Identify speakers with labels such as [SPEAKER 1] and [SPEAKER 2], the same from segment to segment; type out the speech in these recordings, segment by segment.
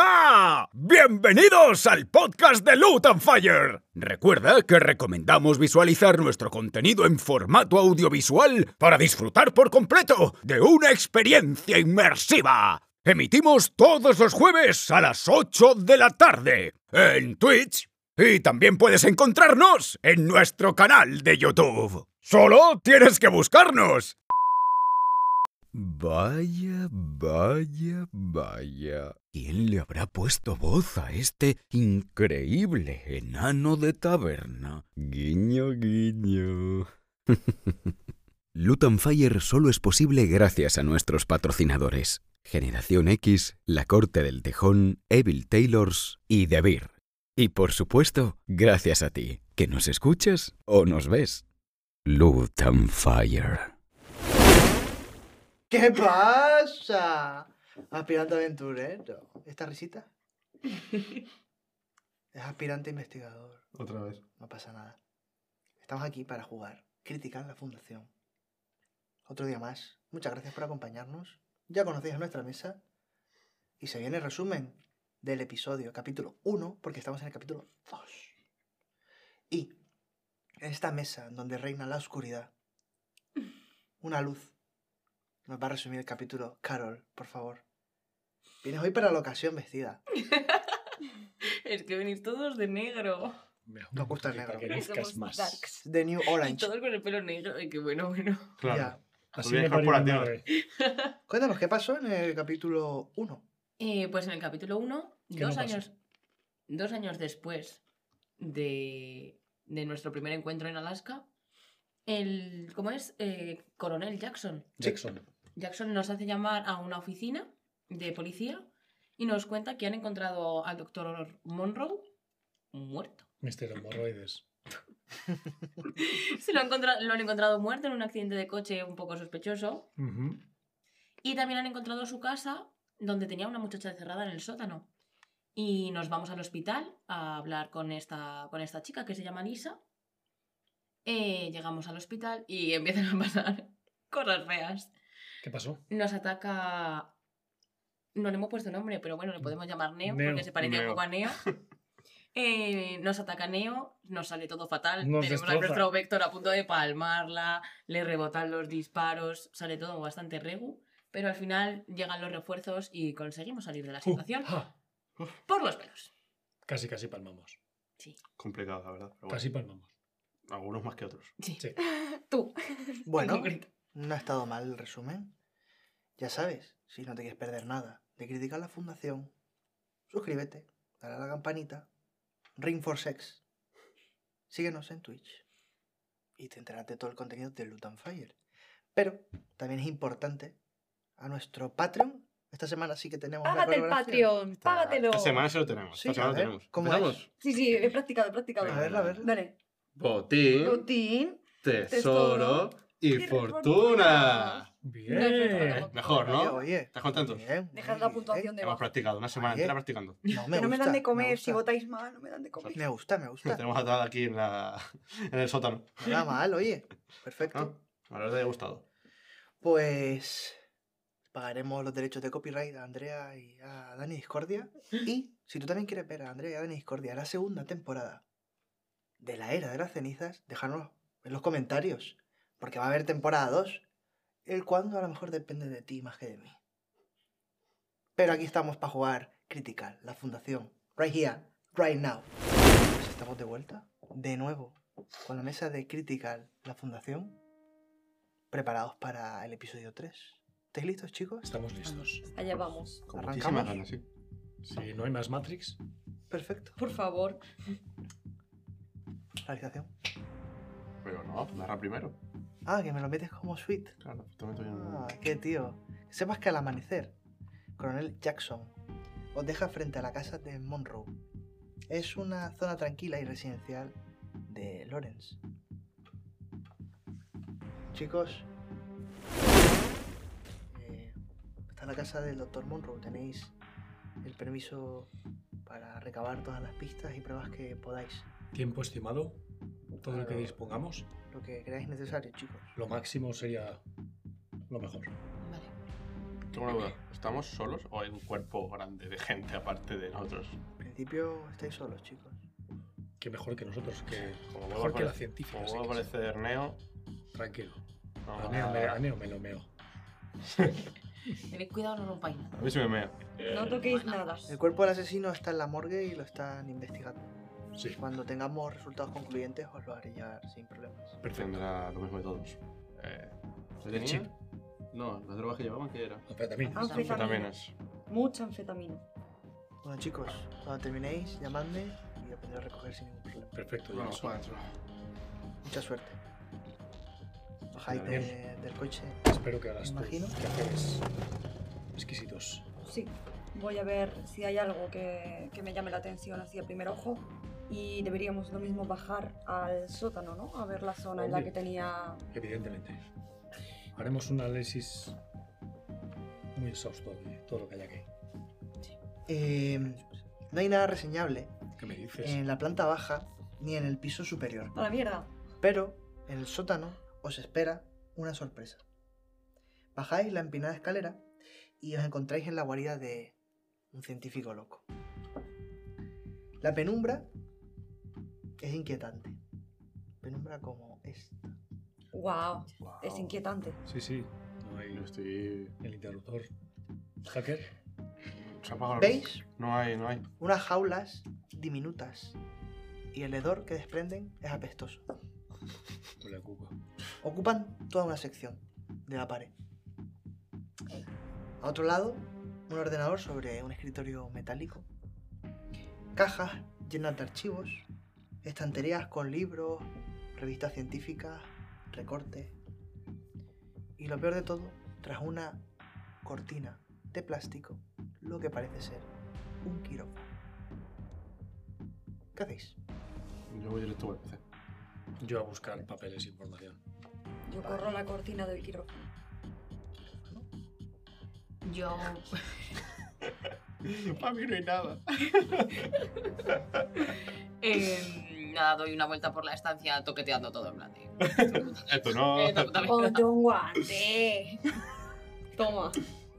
[SPEAKER 1] Hola, bienvenidos al podcast de Loot and Fire. Recuerda que recomendamos visualizar nuestro contenido en formato audiovisual para disfrutar por completo de una experiencia inmersiva. Emitimos todos los jueves a las 8 de la tarde en Twitch y también puedes encontrarnos en nuestro canal de YouTube. Solo tienes que buscarnos. Vaya, vaya, vaya. ¿Quién le habrá puesto voz a este increíble enano de taberna? Guiño, guiño. Luton Fire solo es posible gracias a nuestros patrocinadores. Generación X, La Corte del Tejón, Evil Taylors y The Beer. Y por supuesto, gracias a ti, que nos escuchas o nos ves. Luton Fire.
[SPEAKER 2] ¿Qué pasa? Aspirante aventurero. ¿Esta risita? Es aspirante investigador.
[SPEAKER 3] Otra vez.
[SPEAKER 2] No pasa nada. Estamos aquí para jugar, criticar la fundación. Otro día más. Muchas gracias por acompañarnos. Ya conocéis a nuestra mesa. Y se viene el resumen del episodio, capítulo 1, porque estamos en el capítulo 2. Y en esta mesa donde reina la oscuridad, una luz nos va a resumir el capítulo. Carol, por favor. Vienes hoy para la ocasión vestida.
[SPEAKER 4] Es que venís todos de negro.
[SPEAKER 2] No gusta el negro.
[SPEAKER 5] Para que nazcas
[SPEAKER 4] Somos
[SPEAKER 5] más.
[SPEAKER 4] darks.
[SPEAKER 2] The New
[SPEAKER 4] Y
[SPEAKER 2] Orange.
[SPEAKER 4] todos con el pelo negro. Ay, qué bueno, bueno.
[SPEAKER 3] Claro.
[SPEAKER 2] Ya.
[SPEAKER 5] Así
[SPEAKER 3] Podría
[SPEAKER 5] me
[SPEAKER 3] dejar
[SPEAKER 5] parió
[SPEAKER 3] por
[SPEAKER 5] mi
[SPEAKER 3] ateo.
[SPEAKER 5] madre.
[SPEAKER 2] Cuéntanos, ¿qué pasó en el capítulo 1?
[SPEAKER 4] Eh, pues en el capítulo 1,
[SPEAKER 3] ¿Qué
[SPEAKER 4] dos
[SPEAKER 3] no pasó?
[SPEAKER 4] años. Dos años después de, de nuestro primer encuentro en Alaska, el. ¿Cómo es? Eh, Coronel Jackson.
[SPEAKER 5] Jackson.
[SPEAKER 4] Jackson nos hace llamar a una oficina de policía y nos cuenta que han encontrado al doctor Monroe muerto.
[SPEAKER 5] Mr. Hemorroides.
[SPEAKER 4] Se lo, han encontra- lo han encontrado muerto en un accidente de coche un poco sospechoso.
[SPEAKER 3] Ujú.
[SPEAKER 4] Y también han encontrado su casa donde tenía una muchacha encerrada en el sótano. Y nos vamos al hospital a hablar con esta, con esta chica que se llama Lisa. Eh, llegamos al hospital y empiezan a pasar cosas feas.
[SPEAKER 5] ¿Qué pasó?
[SPEAKER 4] Nos ataca... No le hemos puesto nombre, pero bueno, le podemos llamar Neo, porque
[SPEAKER 5] Neo,
[SPEAKER 4] se parece un
[SPEAKER 3] Neo.
[SPEAKER 4] poco a Neo. Eh, nos ataca Neo, nos sale todo fatal.
[SPEAKER 5] Nos
[SPEAKER 4] Tenemos a
[SPEAKER 5] destroza.
[SPEAKER 4] nuestro Vector a punto de palmarla, le rebotan los disparos, sale todo bastante regu. Pero al final llegan los refuerzos y conseguimos salir de la situación
[SPEAKER 5] Uh, ah.
[SPEAKER 4] por los pelos.
[SPEAKER 5] Casi, casi palmamos.
[SPEAKER 3] Complicado, la verdad. Pero bueno,
[SPEAKER 5] Casi palmamos.
[SPEAKER 3] algunos más que otros.
[SPEAKER 4] Sí.
[SPEAKER 5] Sí.
[SPEAKER 4] Tú. en
[SPEAKER 2] Bueno,
[SPEAKER 4] concreto.
[SPEAKER 2] no ha estado mal el resumen. Ya sabes, si no te quieres perder nada de criticar la fundación, suscríbete, dale a la campanita, Ring for Sex, síguenos en Twitch y te enterarás de todo el contenido de Lutan Fire. Pero también es importante a nuestro Patreon. Esta semana sí que tenemos. la
[SPEAKER 6] Págate el
[SPEAKER 2] colaboración.
[SPEAKER 6] Patreon, págatelo.
[SPEAKER 3] Esta semana se lo tenemos.
[SPEAKER 2] Sí,
[SPEAKER 3] Esta semana
[SPEAKER 2] a
[SPEAKER 3] lo
[SPEAKER 2] ver,
[SPEAKER 3] tenemos.
[SPEAKER 2] ¿cómo
[SPEAKER 3] ¿Empezamos?
[SPEAKER 6] Sí, sí, he practicado, he practicado.
[SPEAKER 2] A verla, a verla.
[SPEAKER 6] Vale.
[SPEAKER 3] Botín,
[SPEAKER 6] Botín.
[SPEAKER 3] tesoro y
[SPEAKER 6] y
[SPEAKER 3] fortuna.
[SPEAKER 5] Bien.
[SPEAKER 3] Mejor,
[SPEAKER 2] Oye,
[SPEAKER 3] ¿no?
[SPEAKER 2] oye.
[SPEAKER 3] ¿Estás contento?
[SPEAKER 2] Bien, muy
[SPEAKER 6] Dejad la
[SPEAKER 2] bien.
[SPEAKER 6] puntuación
[SPEAKER 3] Hemos
[SPEAKER 6] debajo.
[SPEAKER 3] practicado, una semana
[SPEAKER 2] Oye.
[SPEAKER 3] entera practicando.
[SPEAKER 2] No me
[SPEAKER 6] que no me
[SPEAKER 2] gusta,
[SPEAKER 6] dan de comer, si
[SPEAKER 2] gusta.
[SPEAKER 6] votáis mal, no me dan de comer.
[SPEAKER 2] Me gusta, me
[SPEAKER 3] Lo
[SPEAKER 2] gusta.
[SPEAKER 3] tenemos atado aquí en, la, en el sótano.
[SPEAKER 2] Nada mal, oye.
[SPEAKER 3] Ah.
[SPEAKER 2] Perfecto.
[SPEAKER 3] ¿no? Ahora os haya gustado.
[SPEAKER 2] Pues pagaremos los derechos de copyright a Andrea y a Dani Discordia. Y si tú también quieres ver a Andrea y a Dani Discordia la segunda temporada de la era de las cenizas, déjanos en los comentarios. Porque va a haber temporada 2. El cuándo a lo mejor depende de ti más que de mí. Pero aquí estamos para jugar Critical, la fundación. Right here, right now. Pues estamos de vuelta, de nuevo, con la mesa de Critical, la fundación preparados para el episodio 3. ¿Estáis listos, chicos?
[SPEAKER 5] Estamos listos.
[SPEAKER 6] Allá vamos.
[SPEAKER 3] Con
[SPEAKER 2] Arrancamos.
[SPEAKER 3] muchísimas ganas, sí.
[SPEAKER 5] Si no hay más Matrix,
[SPEAKER 2] Perfecto.
[SPEAKER 6] Por favor.
[SPEAKER 2] Realización.
[SPEAKER 3] Pero no, narra primero.
[SPEAKER 2] Ah, que me lo metes como suite.
[SPEAKER 3] Claro, te meto yo en-
[SPEAKER 2] Ah, qué tío. Que sepas que al amanecer, Coronel Jackson os deja frente a la casa de Monroe. Es una zona tranquila y residencial de Lawrence. Chicos, eh, está la casa del doctor Monroe. Tenéis el permiso para recabar todas las pistas y pruebas que podáis.
[SPEAKER 5] tiempo estimado, todo lo que
[SPEAKER 2] Claro.
[SPEAKER 5] dispongamos,
[SPEAKER 2] Lo que creáis necesario, chicos.
[SPEAKER 5] lo máximo sería lo mejor.
[SPEAKER 4] Vale.
[SPEAKER 3] Tengo una duda. ¿Estamos solos o hay un cuerpo grande de gente aparte de nosotros?
[SPEAKER 2] En principio estáis solos, chicos.
[SPEAKER 5] Que mejor que nosotros, que
[SPEAKER 3] Como vuelva
[SPEAKER 5] mejor
[SPEAKER 3] a
[SPEAKER 5] que la
[SPEAKER 3] aparecer-
[SPEAKER 5] científica.
[SPEAKER 3] Como
[SPEAKER 5] sí
[SPEAKER 3] vuelva a
[SPEAKER 5] que sí.
[SPEAKER 3] aparecer Neo,
[SPEAKER 5] Tranquilo.
[SPEAKER 3] no,
[SPEAKER 5] A Neo, me, a Neo me lo meo.
[SPEAKER 4] Tened cuidado, no rompáis nada.
[SPEAKER 3] a mí se me mea.
[SPEAKER 6] No toquéis nada.
[SPEAKER 2] El cuerpo del asesino está en la morgue y lo están investigando.
[SPEAKER 5] Sí,
[SPEAKER 2] Cuando tengamos resultados concluyentes os lo haré llegar sin problemas.
[SPEAKER 5] perfecto.
[SPEAKER 3] Tendrá lo mismo de todos. Eh, ¿se
[SPEAKER 5] ¿El
[SPEAKER 3] tenía?
[SPEAKER 5] chip?
[SPEAKER 3] No, la droga que llevaban, ¿qué era?
[SPEAKER 4] Ah,
[SPEAKER 5] Anfetaminas.
[SPEAKER 6] Anfetaminas.
[SPEAKER 3] Vitaminas.
[SPEAKER 6] Mucha anfetamina.
[SPEAKER 2] Bueno chicos, cuando terminéis, llamadme y lo pondré a recoger sin ningún problema.
[SPEAKER 5] Perfecto.
[SPEAKER 3] Bueno,
[SPEAKER 5] Jackson.
[SPEAKER 3] cuatro.
[SPEAKER 2] Mucha suerte. Bajáis de- del coche.
[SPEAKER 5] Espero que hagas
[SPEAKER 2] Me
[SPEAKER 5] tus
[SPEAKER 2] imagino.
[SPEAKER 5] quehaceres exquisitos.
[SPEAKER 6] Sí, voy a ver si hay algo que, que me llame la atención así a primer ojo. Y deberíamos lo mismo bajar al sótano, ¿no? A ver la zona en la que tenía...
[SPEAKER 5] Evidentemente. Haremos un análisis muy exhausto de todo lo que hay aquí.
[SPEAKER 2] Eh, no hay nada reseñable
[SPEAKER 5] ¿Qué me dices?
[SPEAKER 2] en la planta baja ni en el piso superior.
[SPEAKER 6] ¡A la mierda!
[SPEAKER 2] Pero en el sótano os espera una sorpresa. Bajáis la empinada escalera y os encontráis en la guarida de un científico loco. La penumbra es inquietante. Penumbra como esta.
[SPEAKER 6] ¡Wow!
[SPEAKER 3] Guau.
[SPEAKER 6] Es inquietante.
[SPEAKER 5] Sí, sí. No hay
[SPEAKER 3] Yo estoy...
[SPEAKER 5] el interruptor. ¿Hacker?
[SPEAKER 3] Se ha apagado la luz.
[SPEAKER 2] ¿Veis?
[SPEAKER 3] No hay, no hay.
[SPEAKER 2] Unas jaulas diminutas y el hedor que desprenden es apestoso.
[SPEAKER 5] Huele a cuco.
[SPEAKER 2] Ocupan toda una sección de la pared. A otro lado, un ordenador sobre un escritorio metálico. Cajas llenas de archivos. Estanterías con libros, revistas científicas, recortes. Y lo peor de todo, tras una cortina de plástico, lo que parece ser un quirófano. ¿Qué hacéis?
[SPEAKER 3] Yo voy directo al PC.
[SPEAKER 5] Yo a buscar papeles e información.
[SPEAKER 6] Yo corro la cortina del quirófano.
[SPEAKER 4] Yo.
[SPEAKER 3] Para mí no hay nada.
[SPEAKER 4] eh, nada, doy una vuelta por la estancia toqueteando todo en plan. de-
[SPEAKER 3] Esto no.
[SPEAKER 4] Eh, puta mierda.
[SPEAKER 6] ¡Ponte Oh, un guante! Toma.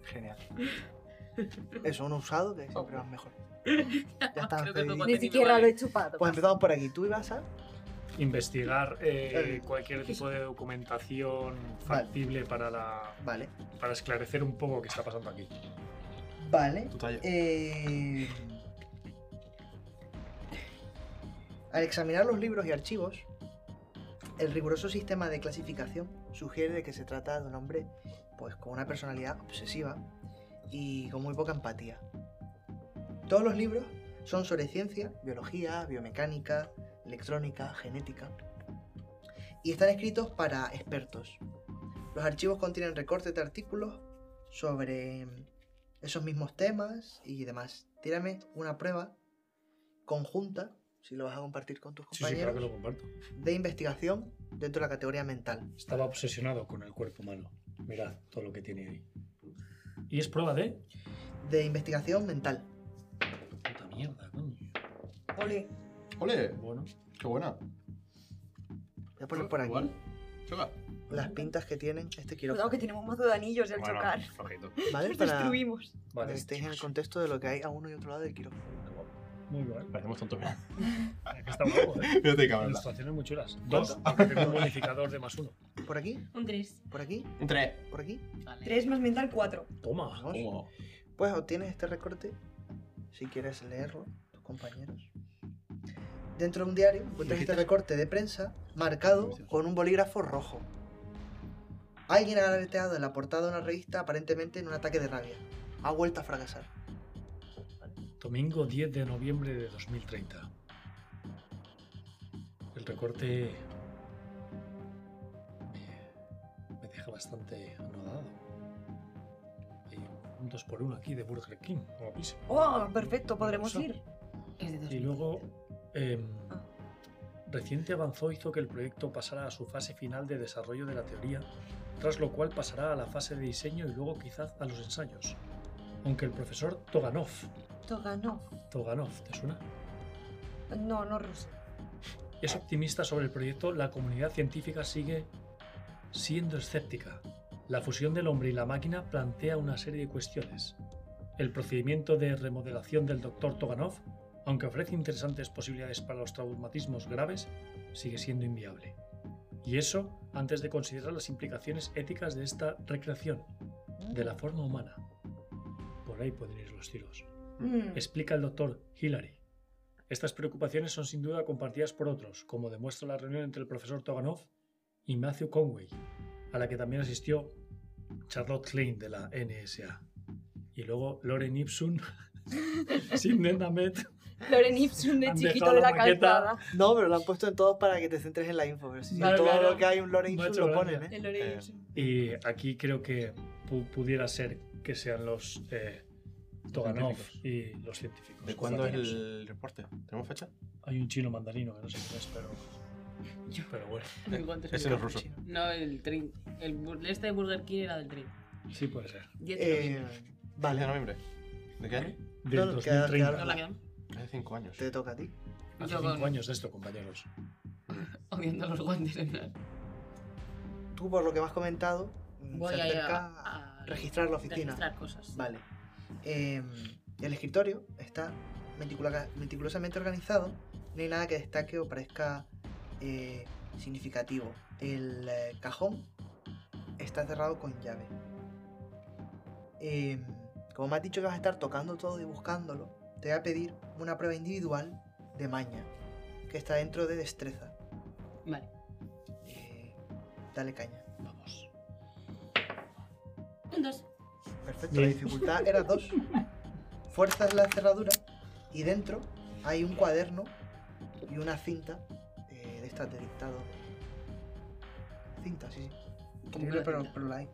[SPEAKER 2] Genial. Eso, uno usado que siempre va mejor. Ya está.
[SPEAKER 4] Creo que
[SPEAKER 2] estoy-
[SPEAKER 4] tu
[SPEAKER 6] Ni
[SPEAKER 4] guante
[SPEAKER 6] siquiera
[SPEAKER 4] vale.
[SPEAKER 6] lo he chupado.
[SPEAKER 2] Pues empezamos por aquí. ¿Tú ibas a...?
[SPEAKER 5] Investigar eh,
[SPEAKER 2] Eh,
[SPEAKER 5] cualquier tipo de documentación factible para, la,
[SPEAKER 2] Vale.
[SPEAKER 5] para esclarecer un poco qué está pasando aquí.
[SPEAKER 2] Vale.
[SPEAKER 3] Tu talla.
[SPEAKER 2] Eh, Al examinar los libros y archivos, el riguroso sistema de clasificación sugiere de que se trata de un hombre pues, con una personalidad obsesiva y con muy poca empatía. Todos los libros son sobre ciencia, biología, biomecánica, electrónica, genética y están escritos para expertos. Los archivos contienen recortes de artículos sobre esos mismos temas y demás. Tírame una prueba conjunta, si lo vas a compartir con tus
[SPEAKER 5] Sí, sí,
[SPEAKER 2] compañeros,
[SPEAKER 5] claro que lo comparto.
[SPEAKER 2] de investigación dentro de la categoría mental.
[SPEAKER 5] Estaba obsesionado con el cuerpo humano. Mirad todo lo que tiene ahí. Y es prueba de.
[SPEAKER 2] De investigación mental.
[SPEAKER 5] Puta mierda, coño.
[SPEAKER 6] Ole.
[SPEAKER 3] Ole,
[SPEAKER 5] Bueno,
[SPEAKER 3] qué buena.
[SPEAKER 2] Voy a poner por aquí
[SPEAKER 3] Igual. Choca.
[SPEAKER 2] las pintas que tienen este
[SPEAKER 6] Cuidado
[SPEAKER 2] quirófano.
[SPEAKER 6] que tenemos mazo de anillos y al
[SPEAKER 3] Bueno,
[SPEAKER 6] chocar.
[SPEAKER 3] flojito.
[SPEAKER 2] ¿Vale?
[SPEAKER 6] Nos
[SPEAKER 2] Para que
[SPEAKER 6] destruimos.
[SPEAKER 5] vale.
[SPEAKER 2] estéis en el contexto de lo que hay a uno y otro lado del quirófano.
[SPEAKER 5] Muy bien.
[SPEAKER 3] Parecemos tontos.
[SPEAKER 5] Aquí está guapo, eh.
[SPEAKER 3] Mírate, cabrón.
[SPEAKER 5] Ilustraciones muy chulas. Dos, aunque tengo un bonificador de más uno.
[SPEAKER 2] ¿Por aquí?
[SPEAKER 4] Un 3.
[SPEAKER 2] ¿Por aquí?
[SPEAKER 3] Un 3.
[SPEAKER 2] ¿Por aquí?
[SPEAKER 4] Vale.
[SPEAKER 6] 3 más mental 4.
[SPEAKER 5] Toma.
[SPEAKER 2] Vamos. Pues obtienes este recorte si quieres leerlo, tus compañeros. Dentro de un diario encuentras este recorte de prensa marcado con un bolígrafo rojo. Alguien ha graveteado en la portada de una revista aparentemente en un ataque de rabia. Ha vuelto a fracasar.
[SPEAKER 5] Domingo 10 de noviembre de 2030. El recorte me- me deja bastante anodado. Hay un 2 por 1 aquí de Burger King, guapísimo.
[SPEAKER 6] ¡Oh, perfecto! Podremos
[SPEAKER 5] Eso.
[SPEAKER 6] ir.
[SPEAKER 4] Es de dos.
[SPEAKER 5] Y luego, em,
[SPEAKER 6] Ah.
[SPEAKER 5] reciente avanzo hizo que el proyecto pasara a su fase final de desarrollo de la teoría, tras lo cual pasará a la fase de diseño y luego quizás a los ensayos. Aunque el profesor Toganov,
[SPEAKER 6] Toganov.
[SPEAKER 5] Toganov, ¿te suena?
[SPEAKER 6] No, no ruso.
[SPEAKER 5] Es optimista sobre el proyecto, la comunidad científica sigue siendo escéptica. La fusión del hombre y la máquina plantea una serie de cuestiones. El procedimiento de remodelación del Dr. Toganov, aunque ofrece interesantes posibilidades para los traumatismos graves, sigue siendo inviable. Y eso antes de considerar las implicaciones éticas de esta recreación, de la forma humana. Por ahí pueden ir los tiros.
[SPEAKER 6] Mm.
[SPEAKER 5] Explica el doctor Hillary. Estas preocupaciones son sin duda compartidas por otros, como demuestra la reunión entre el profesor Toganov y Matthew Conway, a la que también asistió Charlotte Klein de la NSA. Y luego Loren Ipsum, Sidney Namet,
[SPEAKER 6] Loren Ipsum de
[SPEAKER 5] Han
[SPEAKER 6] chiquito
[SPEAKER 5] dejado
[SPEAKER 6] de
[SPEAKER 5] la
[SPEAKER 6] la
[SPEAKER 5] maqueta.
[SPEAKER 6] calzada.
[SPEAKER 2] No, pero lo han puesto en todos para que te centres en la info. Pero si en
[SPEAKER 5] Vale,
[SPEAKER 2] todo
[SPEAKER 5] claro.
[SPEAKER 2] lo que hay un lore
[SPEAKER 5] Me ha
[SPEAKER 2] info
[SPEAKER 5] hecho
[SPEAKER 2] lo ponen, ¿eh?
[SPEAKER 5] gracia.
[SPEAKER 6] El Loren
[SPEAKER 3] Eh,
[SPEAKER 6] Ipsum.
[SPEAKER 5] Y aquí creo que pu- pudiera ser que sean los eh, Toganov
[SPEAKER 3] Científicos.
[SPEAKER 5] y los científicos.
[SPEAKER 3] ¿De cuándo es
[SPEAKER 5] Compañeros.
[SPEAKER 3] el reporte? ¿Tenemos fecha?
[SPEAKER 5] Hay un chino mandarino que no sé qué es, pero. Pero bueno,
[SPEAKER 3] Eh,
[SPEAKER 7] encuentro
[SPEAKER 3] ese
[SPEAKER 7] un
[SPEAKER 3] es ruso.
[SPEAKER 7] cappuccino. No, el 30. El, bur- este de Burger King era del 30.
[SPEAKER 5] sí puede ser.
[SPEAKER 7] Diez de
[SPEAKER 2] Eh,
[SPEAKER 3] ¿De
[SPEAKER 2] vale,
[SPEAKER 3] noviembre? ¿De qué año?
[SPEAKER 5] Del
[SPEAKER 2] no, queda-
[SPEAKER 5] 2030.
[SPEAKER 7] noviembre. No la quedan.
[SPEAKER 3] Hace cinco años.
[SPEAKER 2] te toca a ti.
[SPEAKER 5] Hace
[SPEAKER 7] Yo
[SPEAKER 5] cinco
[SPEAKER 7] con-
[SPEAKER 5] años de esto, compañeros.
[SPEAKER 7] Odiando los guantes. en plan.
[SPEAKER 2] Tú, por lo que me has comentado, mm,
[SPEAKER 7] Voy
[SPEAKER 2] se
[SPEAKER 7] a ir a,
[SPEAKER 2] acerca
[SPEAKER 7] a-
[SPEAKER 2] a registrar la oficina.
[SPEAKER 7] registrar cosas.
[SPEAKER 2] Vale. Eh, el escritorio está meticula- meticulosamente organizado. No hay nada que destaque o parezca eh, significativo. El eh, cajón está cerrado con llave. Eh, como me has dicho que vas a estar tocando todo y buscándolo, te voy a pedir una prueba individual de maña, que está dentro de destreza.
[SPEAKER 7] Vale.
[SPEAKER 2] Eh, dale caña.
[SPEAKER 5] Vamos.
[SPEAKER 4] Un dos.
[SPEAKER 2] Perfecto, la
[SPEAKER 5] Bien.
[SPEAKER 2] dificultad era 2. Fuerzas la cerradura y dentro hay un cuaderno y una cinta eh, de estas de dictado. Cinta, sí, sí.
[SPEAKER 7] Como
[SPEAKER 2] Increíble,
[SPEAKER 7] una
[SPEAKER 2] pero,
[SPEAKER 7] cinta.
[SPEAKER 2] pero la hay.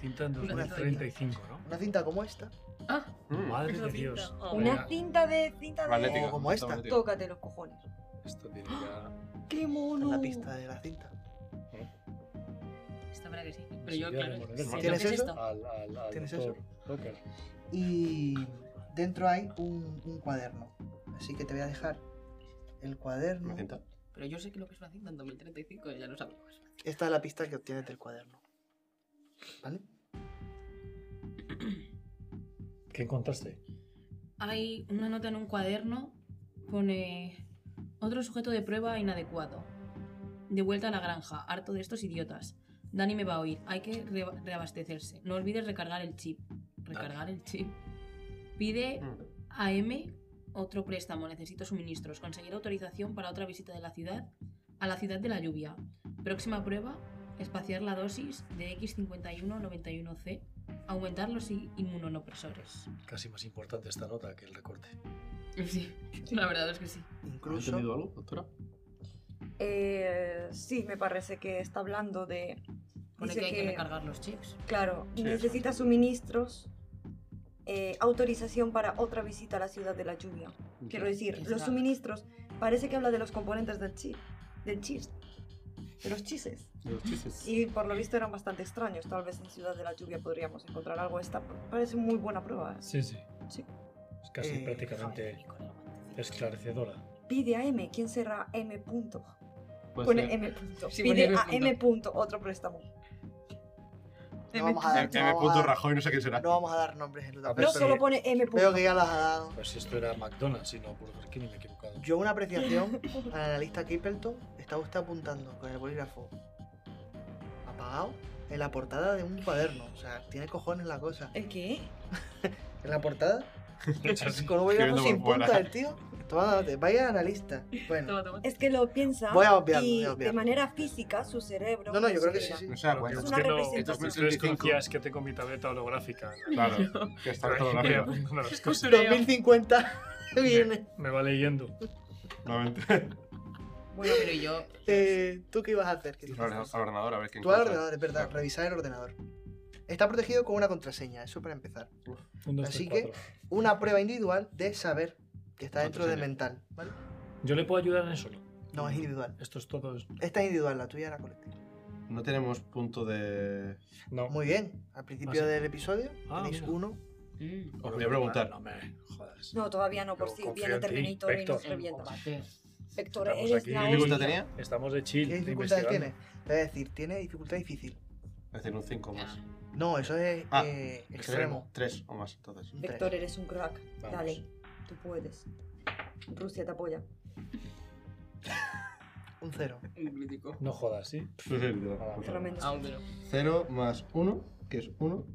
[SPEAKER 5] Cinta en
[SPEAKER 7] Una
[SPEAKER 5] 2035, ¿no?
[SPEAKER 2] Una cinta como esta,
[SPEAKER 7] Ah,
[SPEAKER 3] Mm,
[SPEAKER 5] Madre
[SPEAKER 7] Una
[SPEAKER 5] de
[SPEAKER 7] cinta.
[SPEAKER 5] Dios.
[SPEAKER 7] Ah,
[SPEAKER 5] Venga,
[SPEAKER 6] Una cinta de cinta de.
[SPEAKER 3] magnética,
[SPEAKER 2] como esta.
[SPEAKER 3] magnética.
[SPEAKER 6] Tócate los cojones.
[SPEAKER 5] Esto tiene que.
[SPEAKER 6] ¡Qué
[SPEAKER 2] esta es
[SPEAKER 6] mono!
[SPEAKER 2] la pista de la cinta.
[SPEAKER 7] está para que sí. Pero
[SPEAKER 5] Sí,
[SPEAKER 7] yo,
[SPEAKER 5] ya
[SPEAKER 7] claro,
[SPEAKER 5] le
[SPEAKER 7] sé
[SPEAKER 5] moleré.
[SPEAKER 7] lo que
[SPEAKER 2] ¿Tienes
[SPEAKER 7] es
[SPEAKER 2] eso?
[SPEAKER 7] esto.
[SPEAKER 5] Al, al, al
[SPEAKER 2] ¿Tienes
[SPEAKER 5] doctor Rocker.
[SPEAKER 2] Y dentro hay un, un cuaderno. Así que te voy a dejar el cuaderno.
[SPEAKER 3] ¿Una cinta?
[SPEAKER 7] Pero yo sé que lo que es una cinta en 2035, ya lo sabemos.
[SPEAKER 2] Esta es la pista que obtienes del cuaderno. ¿Vale?
[SPEAKER 5] ¿Qué encontraste?
[SPEAKER 4] Hay una nota en un cuaderno, pone otro sujeto de prueba inadecuado. De vuelta a la granja, harto de estos idiotas. Dani me va a oír, hay que re- reabastecerse. No olvides recargar el chip. Recargar el chip. Pide
[SPEAKER 3] Mm.
[SPEAKER 4] a M otro préstamo, necesito suministros. Conseguir autorización para otra visita de la ciudad a la ciudad de la lluvia. Próxima prueba, espaciar la dosis de X5191C. Aumentar los i- inmunonopresores.
[SPEAKER 5] Casi más importante esta nota que el recorte.
[SPEAKER 7] Pues Sí, la verdad es que sí.
[SPEAKER 3] ¿Has
[SPEAKER 2] Incluso
[SPEAKER 3] entendido algo, doctora?
[SPEAKER 6] Eh, sí, me parece que está hablando de.
[SPEAKER 7] Pone
[SPEAKER 6] dice
[SPEAKER 7] que hay que recargar los chips.
[SPEAKER 6] Claro,
[SPEAKER 3] Sí,
[SPEAKER 6] necesita suministros, eh, autorización para otra visita a la ciudad de la lluvia. Quiero decir,
[SPEAKER 7] Es
[SPEAKER 6] los
[SPEAKER 7] raro.
[SPEAKER 6] suministros, parece que habla de los componentes del chip, del chis, de los chises.
[SPEAKER 3] De los chistes.
[SPEAKER 6] Y por lo visto eran bastante extraños, tal vez en Ciudad de la Lluvia podríamos encontrar algo. Esta parece muy buena prueba.
[SPEAKER 5] Sí, sí.
[SPEAKER 6] Sí.
[SPEAKER 5] Es casi
[SPEAKER 2] Eh,
[SPEAKER 5] prácticamente esclarecedora.
[SPEAKER 6] Pide a M, ¿quién será M punto?
[SPEAKER 2] Pues
[SPEAKER 3] Puede
[SPEAKER 6] Pone
[SPEAKER 3] ser-
[SPEAKER 6] M punto.
[SPEAKER 7] Sí,
[SPEAKER 6] Pide
[SPEAKER 7] pone
[SPEAKER 6] a
[SPEAKER 7] M
[SPEAKER 6] M punto, otro préstamo.
[SPEAKER 2] No vamos a dar-
[SPEAKER 3] Eh, M.
[SPEAKER 2] vamos a dar-
[SPEAKER 3] Rajoy, no sé quién será.
[SPEAKER 2] no vamos a dar nombres en
[SPEAKER 5] A
[SPEAKER 2] luta.
[SPEAKER 5] ver,
[SPEAKER 6] No
[SPEAKER 2] pero
[SPEAKER 5] sí.
[SPEAKER 6] solo pone M
[SPEAKER 2] Veo
[SPEAKER 6] punto.
[SPEAKER 2] que ya las ha dado.
[SPEAKER 5] Pues si esto era McDonald's y no Burger King, me he equivocado.
[SPEAKER 2] Yo una apreciación al analista Capleton estaba usted apuntando con el bolígrafo apagado en la portada de un cuaderno. O sea, tiene cojones la cosa.
[SPEAKER 6] ¿El qué?
[SPEAKER 2] En la portada,
[SPEAKER 3] Sí,
[SPEAKER 2] con un bolígrafo
[SPEAKER 3] escribiendo
[SPEAKER 2] sin
[SPEAKER 3] por
[SPEAKER 2] punta
[SPEAKER 3] fuera.
[SPEAKER 2] el tío. Toma, te- vaya analista. Bueno,
[SPEAKER 7] Toma, toma.
[SPEAKER 6] Es que lo piensa
[SPEAKER 2] Voy a obviarlo,
[SPEAKER 6] y
[SPEAKER 2] voy a obviarlo.
[SPEAKER 6] de manera física su cerebro. pues
[SPEAKER 2] no, no, yo creo que sí,
[SPEAKER 6] considera-
[SPEAKER 2] sí.
[SPEAKER 3] No se da cuenta.
[SPEAKER 6] Es una representación.
[SPEAKER 5] Entonces, desconfías que tengo mi tableta holográfica.
[SPEAKER 3] Claro, que está
[SPEAKER 5] Pero ahí voy
[SPEAKER 3] fotografía.
[SPEAKER 5] apuntando las cosas.
[SPEAKER 7] Postureo.
[SPEAKER 2] 2050 viene.
[SPEAKER 5] Me va leyendo.
[SPEAKER 7] Bueno, pero yo.
[SPEAKER 2] Eh, ¿Tú qué ibas a hacer? ¿Qué
[SPEAKER 3] Al
[SPEAKER 2] ibas a hacer?
[SPEAKER 3] ordenador, a ver quién
[SPEAKER 2] Tú al
[SPEAKER 3] encuentra.
[SPEAKER 2] ordenador, es verdad, revisar el ordenador. Está protegido con una contraseña, eso para empezar.
[SPEAKER 5] Un, dos,
[SPEAKER 2] Así
[SPEAKER 5] tres,
[SPEAKER 2] que-
[SPEAKER 5] cuatro.
[SPEAKER 2] Una prueba individual de saber que está dentro de
[SPEAKER 3] Contraseña.
[SPEAKER 2] mental, ¿vale?
[SPEAKER 5] Yo le puedo ayudar en eso. ¿no?
[SPEAKER 2] No, es individual.
[SPEAKER 5] Esto es todo. es-
[SPEAKER 2] Esta es individual, la tuya era colectiva.
[SPEAKER 3] No tenemos punto de.
[SPEAKER 5] No.
[SPEAKER 2] Muy bien, al principio
[SPEAKER 5] Ah, sí.
[SPEAKER 2] del episodio
[SPEAKER 5] Ah,
[SPEAKER 2] tenéis
[SPEAKER 5] mira.
[SPEAKER 2] uno.
[SPEAKER 7] Mm,
[SPEAKER 3] Os voy a preguntar.
[SPEAKER 5] No me jodas.
[SPEAKER 6] No, todavía no, por
[SPEAKER 5] Yo
[SPEAKER 6] si
[SPEAKER 5] confío
[SPEAKER 6] viene
[SPEAKER 5] en ti,
[SPEAKER 6] Terminator y nos
[SPEAKER 5] Vector.
[SPEAKER 6] revienta.
[SPEAKER 7] combate.
[SPEAKER 6] Vector,
[SPEAKER 5] Estamos
[SPEAKER 6] eres
[SPEAKER 5] aquí.
[SPEAKER 6] la
[SPEAKER 3] ¿Qué gusto
[SPEAKER 6] hostia.
[SPEAKER 3] tenía?
[SPEAKER 5] Estamos de
[SPEAKER 2] ¿Qué
[SPEAKER 5] chill.
[SPEAKER 2] dificultades
[SPEAKER 5] investigando.
[SPEAKER 2] tiene? Te voy a decir, tiene dificultad difícil.
[SPEAKER 3] Es decir, un 5 más.
[SPEAKER 2] No, eso es
[SPEAKER 3] Ah,
[SPEAKER 2] eh, extremo.
[SPEAKER 3] 3 o más, entonces.
[SPEAKER 2] Un
[SPEAKER 6] Vector,
[SPEAKER 2] tres.
[SPEAKER 6] eres un crack.
[SPEAKER 3] Vamos.
[SPEAKER 6] Dale, tú puedes. Rusia te apoya.
[SPEAKER 2] Un cero.
[SPEAKER 7] Un crítico.
[SPEAKER 5] No jodas, ¿sí?
[SPEAKER 6] Solamente.
[SPEAKER 7] Aunque no.
[SPEAKER 8] 0 más 1, que es 1.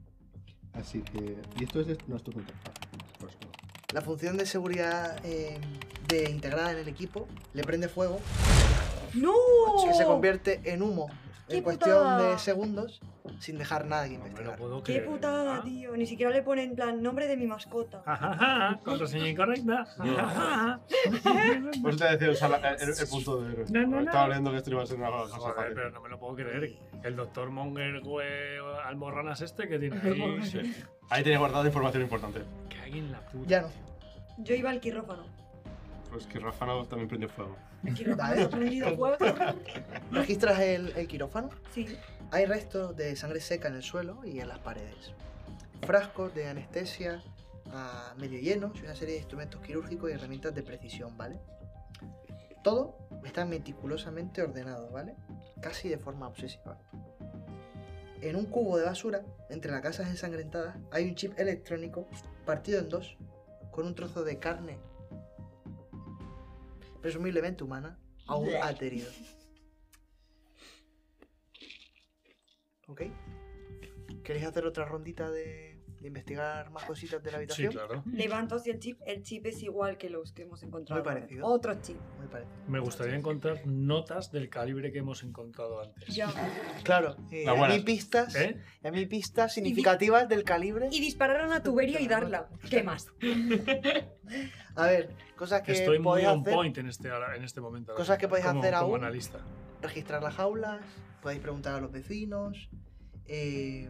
[SPEAKER 8] Así que. Y esto es de nuestro punto. Ah, pues no.
[SPEAKER 2] La función de seguridad eh, de integrada en el equipo le prende fuego,
[SPEAKER 6] ¡No!
[SPEAKER 2] que se convierte en humo
[SPEAKER 6] ¡Oh! ¡Qué
[SPEAKER 2] en cuestión
[SPEAKER 6] putada!
[SPEAKER 2] de segundos sin dejar nada que
[SPEAKER 5] Hombre, no
[SPEAKER 2] investigar.
[SPEAKER 5] puedo
[SPEAKER 6] ¡Qué
[SPEAKER 5] creer.
[SPEAKER 6] putada,
[SPEAKER 5] ¿Ah?
[SPEAKER 6] tío! Ni siquiera le ponen en plan nombre de mi mascota.
[SPEAKER 2] Ah.
[SPEAKER 5] Ajaja, contraseña incorrecta. Ah, Ajajaja.
[SPEAKER 3] Pues te decía usar la- el, el punto de héroe.
[SPEAKER 5] No, no, no.
[SPEAKER 3] Estaba leyendo que esto iba a ser una cosa
[SPEAKER 5] Joder,
[SPEAKER 3] fácil.
[SPEAKER 5] pero no me lo puedo creer. El doctor Monger güey, Almorranas este que tiene
[SPEAKER 3] Sí,
[SPEAKER 5] ahí.
[SPEAKER 3] sí. Ahí tenía guardada información importante.
[SPEAKER 5] Que hay en la puta.
[SPEAKER 2] Ya no.
[SPEAKER 6] Yo iba al quirófano.
[SPEAKER 3] Pues que Rafa no también prendió fuego.
[SPEAKER 6] El quirófano
[SPEAKER 2] Dale.
[SPEAKER 6] ha prendido fuego.
[SPEAKER 2] Registras el, el quirófano.
[SPEAKER 6] Sí.
[SPEAKER 2] Hay restos de sangre seca en el suelo y en las paredes. Frascos de anestesia a medio lleno y una serie de instrumentos quirúrgicos y herramientas de precisión, ¿vale? Todo está meticulosamente ordenado, ¿vale? Casi de forma obsesiva. En un cubo de basura, entre las casas ensangrentadas, hay un chip electrónico partido en dos, con un trozo de carne, presumiblemente humana, aún
[SPEAKER 6] Blech.
[SPEAKER 2] aterido. ¿Ok? ¿Queréis hacer otra rondita de, de investigar más cositas de la habitación?
[SPEAKER 3] claro.
[SPEAKER 6] Levanto así el chip. El chip es igual que los que hemos encontrado.
[SPEAKER 2] Muy parecido.
[SPEAKER 6] Otro chip.
[SPEAKER 2] Me parece.
[SPEAKER 5] Me gustaría encontrar notas del calibre que hemos encontrado antes.
[SPEAKER 6] Ya.
[SPEAKER 2] Claro, eh,
[SPEAKER 3] Las
[SPEAKER 2] a
[SPEAKER 3] buenas.
[SPEAKER 2] mí pistas,
[SPEAKER 5] ¿Eh?
[SPEAKER 2] a mí pistas significativas del calibre.
[SPEAKER 6] Y disparar a una tubería y darla. ¿Qué más?
[SPEAKER 2] A ver, cosas que
[SPEAKER 5] Estoy muy
[SPEAKER 2] podéis
[SPEAKER 5] on
[SPEAKER 2] hacer.
[SPEAKER 5] point en este, ahora- en este momento. ahora
[SPEAKER 2] Cosas
[SPEAKER 5] mismo,
[SPEAKER 2] que podéis
[SPEAKER 5] como-
[SPEAKER 2] hacer
[SPEAKER 5] como
[SPEAKER 2] aún.
[SPEAKER 5] analista.
[SPEAKER 2] registrar las jaulas, podéis preguntar a los vecinos eh,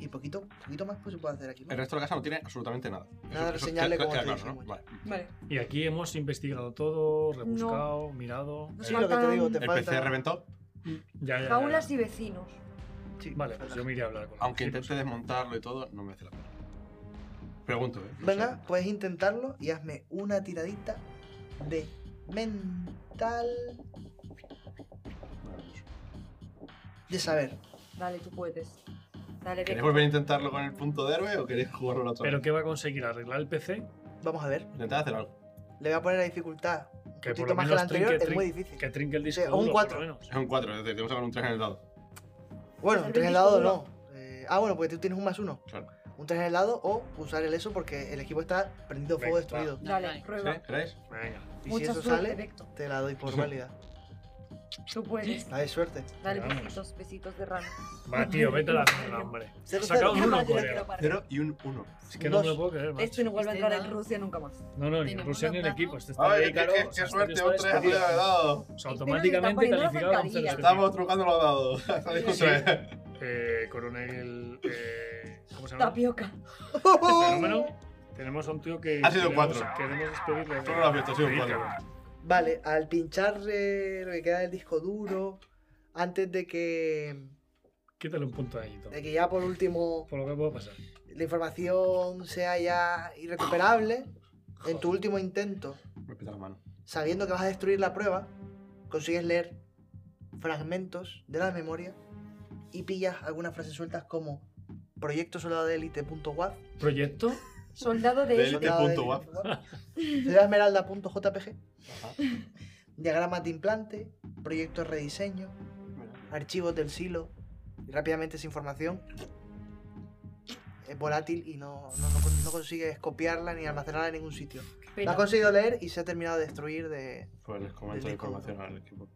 [SPEAKER 2] y poquito, poquito más pues se puede hacer aquí. ¿no?
[SPEAKER 3] El resto de la casa no tiene absolutamente nada.
[SPEAKER 2] Nada de señales
[SPEAKER 3] queda-
[SPEAKER 2] como
[SPEAKER 3] queda
[SPEAKER 2] te
[SPEAKER 3] claro,
[SPEAKER 2] dicen,
[SPEAKER 3] ¿no? Vale.
[SPEAKER 6] Vale.
[SPEAKER 5] Y aquí hemos investigado todo, rebuscado, mirado.
[SPEAKER 6] Nos
[SPEAKER 2] Sí, lo que te digo, te
[SPEAKER 3] El
[SPEAKER 2] falta.
[SPEAKER 3] PC reventó.
[SPEAKER 5] Ya, ya, ya.
[SPEAKER 6] Jaulas y vecinos.
[SPEAKER 2] Sí,
[SPEAKER 5] Vale,
[SPEAKER 2] falta.
[SPEAKER 5] pues yo me iré a hablar con
[SPEAKER 3] Aunque
[SPEAKER 5] los chicos.
[SPEAKER 3] intente desmontarlo y todo, no merece la pena. Pregunto, ¿eh? No
[SPEAKER 2] Venga,
[SPEAKER 3] sé.
[SPEAKER 2] puedes intentarlo y hazme una tiradita de mental
[SPEAKER 3] Maravilloso.
[SPEAKER 2] de saber.
[SPEAKER 6] Dale, tú puedes. Dale,
[SPEAKER 3] ¿Queréis
[SPEAKER 6] Vector.
[SPEAKER 3] volver a intentarlo con el punto de héroe o queréis jugarlo la otra
[SPEAKER 5] ¿Pero
[SPEAKER 3] vez?
[SPEAKER 5] qué va a conseguir? ¿Arreglar el PC?
[SPEAKER 2] Vamos a ver,
[SPEAKER 3] Intentad hacer algo.
[SPEAKER 2] le voy a poner la dificultad un
[SPEAKER 5] Que
[SPEAKER 2] poquito
[SPEAKER 5] por lo
[SPEAKER 2] más que la
[SPEAKER 5] menos
[SPEAKER 2] anterior,
[SPEAKER 5] trinque,
[SPEAKER 2] es muy
[SPEAKER 5] trinque,
[SPEAKER 2] difícil.
[SPEAKER 5] que trinque el disco
[SPEAKER 2] Sí, o un
[SPEAKER 5] duro,
[SPEAKER 2] cuatro.
[SPEAKER 5] por lo menos.
[SPEAKER 3] Es un 4, es decir, tenemos que sacar un 3 en el dado.
[SPEAKER 2] Bueno,
[SPEAKER 6] Hacer
[SPEAKER 2] un 3 en el
[SPEAKER 6] disco
[SPEAKER 2] lado
[SPEAKER 6] duro.
[SPEAKER 2] no. Eh, ah, bueno, porque tú tienes un más uno.
[SPEAKER 3] Claro.
[SPEAKER 2] Un 3 en el lado o usar el eso porque el equipo está prendido fuego
[SPEAKER 5] Venga,
[SPEAKER 2] destruido.
[SPEAKER 6] Dale,
[SPEAKER 7] Dale.
[SPEAKER 6] prueba.
[SPEAKER 3] ¿Sí? ¿Queréis?
[SPEAKER 5] Venga.
[SPEAKER 2] Y si
[SPEAKER 6] Mucha
[SPEAKER 2] eso
[SPEAKER 6] suerte,
[SPEAKER 2] sale,
[SPEAKER 6] Vector.
[SPEAKER 2] te la doy por válida.
[SPEAKER 6] Tú puedes.
[SPEAKER 2] Hay suerte.
[SPEAKER 6] Dale,
[SPEAKER 5] Vamos.
[SPEAKER 6] besitos, besitos de rana.
[SPEAKER 5] Va, tío, vete a la mierda, hombre.
[SPEAKER 2] Cero,
[SPEAKER 5] Saca
[SPEAKER 2] cero.
[SPEAKER 5] un uno,
[SPEAKER 6] Yo no
[SPEAKER 5] colega.
[SPEAKER 6] quiero parar.
[SPEAKER 3] 0 y un 1.
[SPEAKER 5] Es que no me lo
[SPEAKER 2] Dos.
[SPEAKER 5] puedo creer, macho.
[SPEAKER 6] Este no vuelve a entrar en
[SPEAKER 7] Este no.
[SPEAKER 6] Rusia nunca más.
[SPEAKER 5] No, no, ni en
[SPEAKER 7] Tenemos
[SPEAKER 5] Rusia ni en el
[SPEAKER 7] los
[SPEAKER 5] equipo.
[SPEAKER 7] dados.
[SPEAKER 5] Este está
[SPEAKER 3] ¡Ay,
[SPEAKER 5] bien,
[SPEAKER 3] qué,
[SPEAKER 5] claro.
[SPEAKER 3] qué,
[SPEAKER 5] Este
[SPEAKER 3] qué
[SPEAKER 5] está
[SPEAKER 3] suerte!
[SPEAKER 5] despacio.
[SPEAKER 3] Un 3 arriba de
[SPEAKER 2] Este
[SPEAKER 3] dado.
[SPEAKER 5] O sea, automáticamente
[SPEAKER 6] Pero nos están
[SPEAKER 5] calificado un
[SPEAKER 6] poniendo
[SPEAKER 5] cero.
[SPEAKER 6] las
[SPEAKER 3] Estamos trucando los dados. Hasta ahí con
[SPEAKER 5] Sí.
[SPEAKER 3] tres.
[SPEAKER 5] Eh, coronel. Eh, ¿Cómo se llama? Este
[SPEAKER 6] Tapioca.
[SPEAKER 5] Fenómeno. Tenemos a un tío que.
[SPEAKER 3] Ha sido
[SPEAKER 5] queremos-
[SPEAKER 3] cuatro.
[SPEAKER 5] Queremos despedirle.
[SPEAKER 3] Tú no lo has visto, ha sido un
[SPEAKER 5] Pedirle-
[SPEAKER 3] 4.
[SPEAKER 2] Vale, al pinchar eh, lo que queda del disco duro, antes de que,
[SPEAKER 5] Quítale un punto ahí, todo.
[SPEAKER 2] de que ya por último
[SPEAKER 5] Por lo que pueda pasar.
[SPEAKER 2] la información sea ya irrecuperable, en tu último intento,
[SPEAKER 3] Me pita la mano.
[SPEAKER 2] sabiendo que vas a destruir la prueba, consigues leer fragmentos de la memoria y pillas algunas frases sueltas como proyecto soldado de élite.waf,
[SPEAKER 5] ¿Proyecto?
[SPEAKER 6] Soldado de
[SPEAKER 3] Del-
[SPEAKER 6] ellos.
[SPEAKER 2] soldado de
[SPEAKER 3] élite.waf.
[SPEAKER 2] élite.waf, ciudad esmeralda.jpg, diagramas de implante, proyecto de rediseño, archivos del silo y rápidamente esa información es volátil y no, no, no con- no consigues copiarla ni almacenarla en ningún sitio. La has conseguido leer y se ha terminado de destruir de...
[SPEAKER 3] Pues les
[SPEAKER 2] Del
[SPEAKER 3] comento la
[SPEAKER 2] disco duro.
[SPEAKER 3] información al equipo.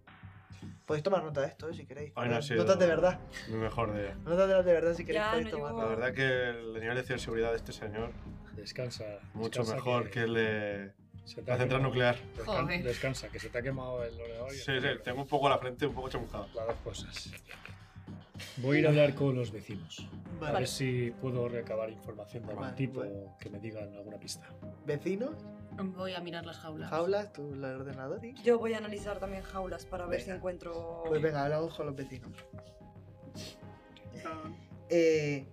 [SPEAKER 2] Podéis tomar nota de esto, eh, si queréis.
[SPEAKER 3] Ay, no ha sido-
[SPEAKER 2] Notas de verdad.
[SPEAKER 3] Mi mejor de
[SPEAKER 2] Notas de las de verdad si queréis.
[SPEAKER 6] Ya,
[SPEAKER 2] podéis
[SPEAKER 6] no
[SPEAKER 2] tomar.
[SPEAKER 6] llevo-
[SPEAKER 3] La verdad que el nivel de ciberseguridad de este señor
[SPEAKER 5] Descansa.
[SPEAKER 3] mucho
[SPEAKER 5] descansa
[SPEAKER 3] mejor que el de
[SPEAKER 5] se te ha
[SPEAKER 3] la central
[SPEAKER 5] quemado.
[SPEAKER 3] nuclear.
[SPEAKER 5] Descan-
[SPEAKER 7] Joder.
[SPEAKER 5] Descansa, que se te ha quemado el ordenador. y el
[SPEAKER 3] Sí, sí,
[SPEAKER 5] cerebro.
[SPEAKER 3] tengo un poco la frente un poco chamuscada.
[SPEAKER 5] Las dos cosas. Voy a ir a hablar con los vecinos. A
[SPEAKER 2] Vale.
[SPEAKER 5] ver si puedo recabar información de algún
[SPEAKER 2] Vale,
[SPEAKER 5] tipo
[SPEAKER 2] bueno.
[SPEAKER 3] pues.
[SPEAKER 5] que me digan alguna pista.
[SPEAKER 2] Vecinos,
[SPEAKER 7] Voy a mirar las jaulas.
[SPEAKER 2] jaulas, tu el ordenador y...
[SPEAKER 6] Yo voy a analizar también jaulas para ver si
[SPEAKER 2] Venga.
[SPEAKER 6] encuentro.
[SPEAKER 2] Pues venga, hablamos con los vecinos. Eh,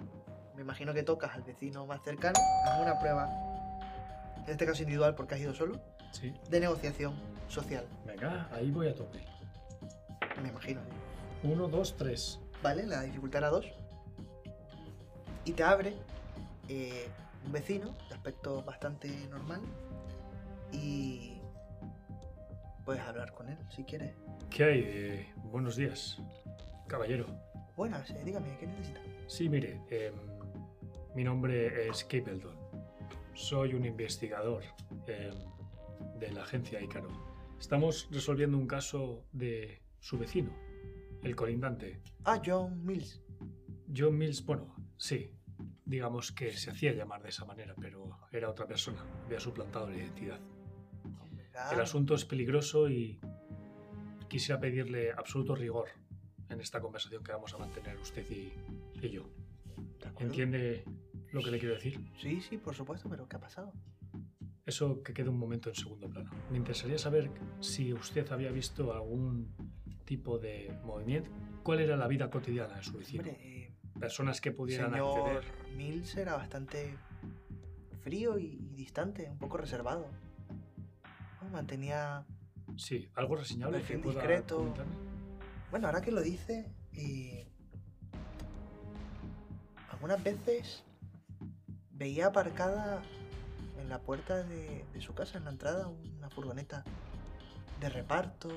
[SPEAKER 2] me imagino que tocas al vecino más cercano, haz una prueba, en este caso individual porque has ido solo,
[SPEAKER 5] Sí.
[SPEAKER 2] de negociación social,
[SPEAKER 5] Venga, ahí voy a tope.
[SPEAKER 2] me imagino.
[SPEAKER 5] Uno, dos, tres.
[SPEAKER 2] ¿vale? La dificultad era 2. Y te abre eh, un vecino de aspecto bastante normal. Y puedes hablar con él si quieres.
[SPEAKER 5] ¿Qué hay? Eh, buenos días, caballero.
[SPEAKER 2] Buenas, eh, dígame, ¿qué necesita?
[SPEAKER 5] Sí, mire, em, mi nombre es Capleton. Soy un investigador em, de la agencia Ícaro. Estamos resolviendo un caso de su vecino, el colindante.
[SPEAKER 2] Ah, John Mills.
[SPEAKER 5] John Mills, bueno, sí, digamos que se hacía llamar de esa manera, pero era otra persona. Había suplantado la identidad.
[SPEAKER 2] Hombre, ah,
[SPEAKER 5] El asunto es peligroso y quisiera pedirle absoluto rigor en esta conversación que vamos a mantener usted y, y yo.
[SPEAKER 2] ¿de acuerdo?
[SPEAKER 5] ¿Entiende lo que le quiero decir?
[SPEAKER 2] Sí, sí, por supuesto, pero ¿qué ha pasado?
[SPEAKER 5] Eso que quede un momento en segundo plano. Me interesaría saber si usted había visto algún tipo de movimiento. ¿Cuál era la vida cotidiana de su vecino?
[SPEAKER 2] Hombre, eh,
[SPEAKER 5] Personas que pudieran
[SPEAKER 2] señor
[SPEAKER 5] acceder.
[SPEAKER 2] Mills era bastante frío y, y distante, un poco reservado. Bueno, Mantenía.
[SPEAKER 5] Sí, algo reseñable que
[SPEAKER 2] perfil
[SPEAKER 5] pueda
[SPEAKER 2] discreto.
[SPEAKER 5] comentarme?
[SPEAKER 2] Bueno, ahora que lo dice, eh, algunas veces veía aparcada en la puerta de, de su casa, en la entrada, una furgoneta de reparto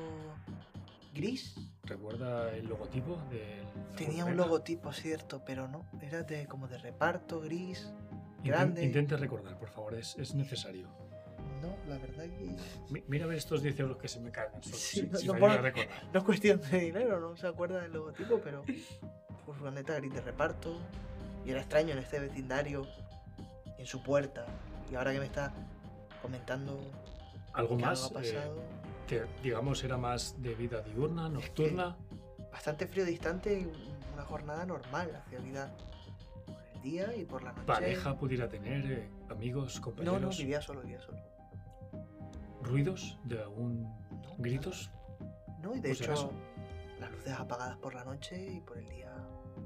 [SPEAKER 2] gris.
[SPEAKER 5] ¿Recuerda el logotipo del
[SPEAKER 2] Tenía un
[SPEAKER 5] logotipo.
[SPEAKER 2] logotipo, cierto, pero no, era de como de reparto gris.
[SPEAKER 5] Inten-
[SPEAKER 2] grande.
[SPEAKER 5] Intente recordar, por favor, es, es necesario.
[SPEAKER 2] No, la verdad que
[SPEAKER 5] Mi- mira a ver estos 10 euros que se me caen. al suelo,
[SPEAKER 2] Sí,
[SPEAKER 5] si-
[SPEAKER 2] no-
[SPEAKER 5] si
[SPEAKER 2] no
[SPEAKER 5] me
[SPEAKER 2] puedo-
[SPEAKER 5] ayuda a recordar.
[SPEAKER 2] No es cuestión de dinero, no se acuerda del logotipo, pero furgoneta gris de reparto. Y era extraño en este vecindario, en su puerta. Y ahora que me está comentando
[SPEAKER 5] Algo
[SPEAKER 2] que
[SPEAKER 5] más,
[SPEAKER 2] algo ha pasado.
[SPEAKER 5] eh, que digamos era más de vida diurna, nocturna.
[SPEAKER 2] Bastante frío distante, y una jornada normal, hacia vida por el día y por la noche.
[SPEAKER 5] Pareja pudiera tener, eh, amigos,
[SPEAKER 2] No,
[SPEAKER 5] compañeros.
[SPEAKER 2] no, vivía solo, vivía solo.
[SPEAKER 5] ¿Ruidos de algún.
[SPEAKER 2] No,
[SPEAKER 5] gritos?
[SPEAKER 2] nada. No, y de
[SPEAKER 5] Por si
[SPEAKER 2] hecho,
[SPEAKER 5] acaso.
[SPEAKER 2] las luces apagadas por la noche y por el día.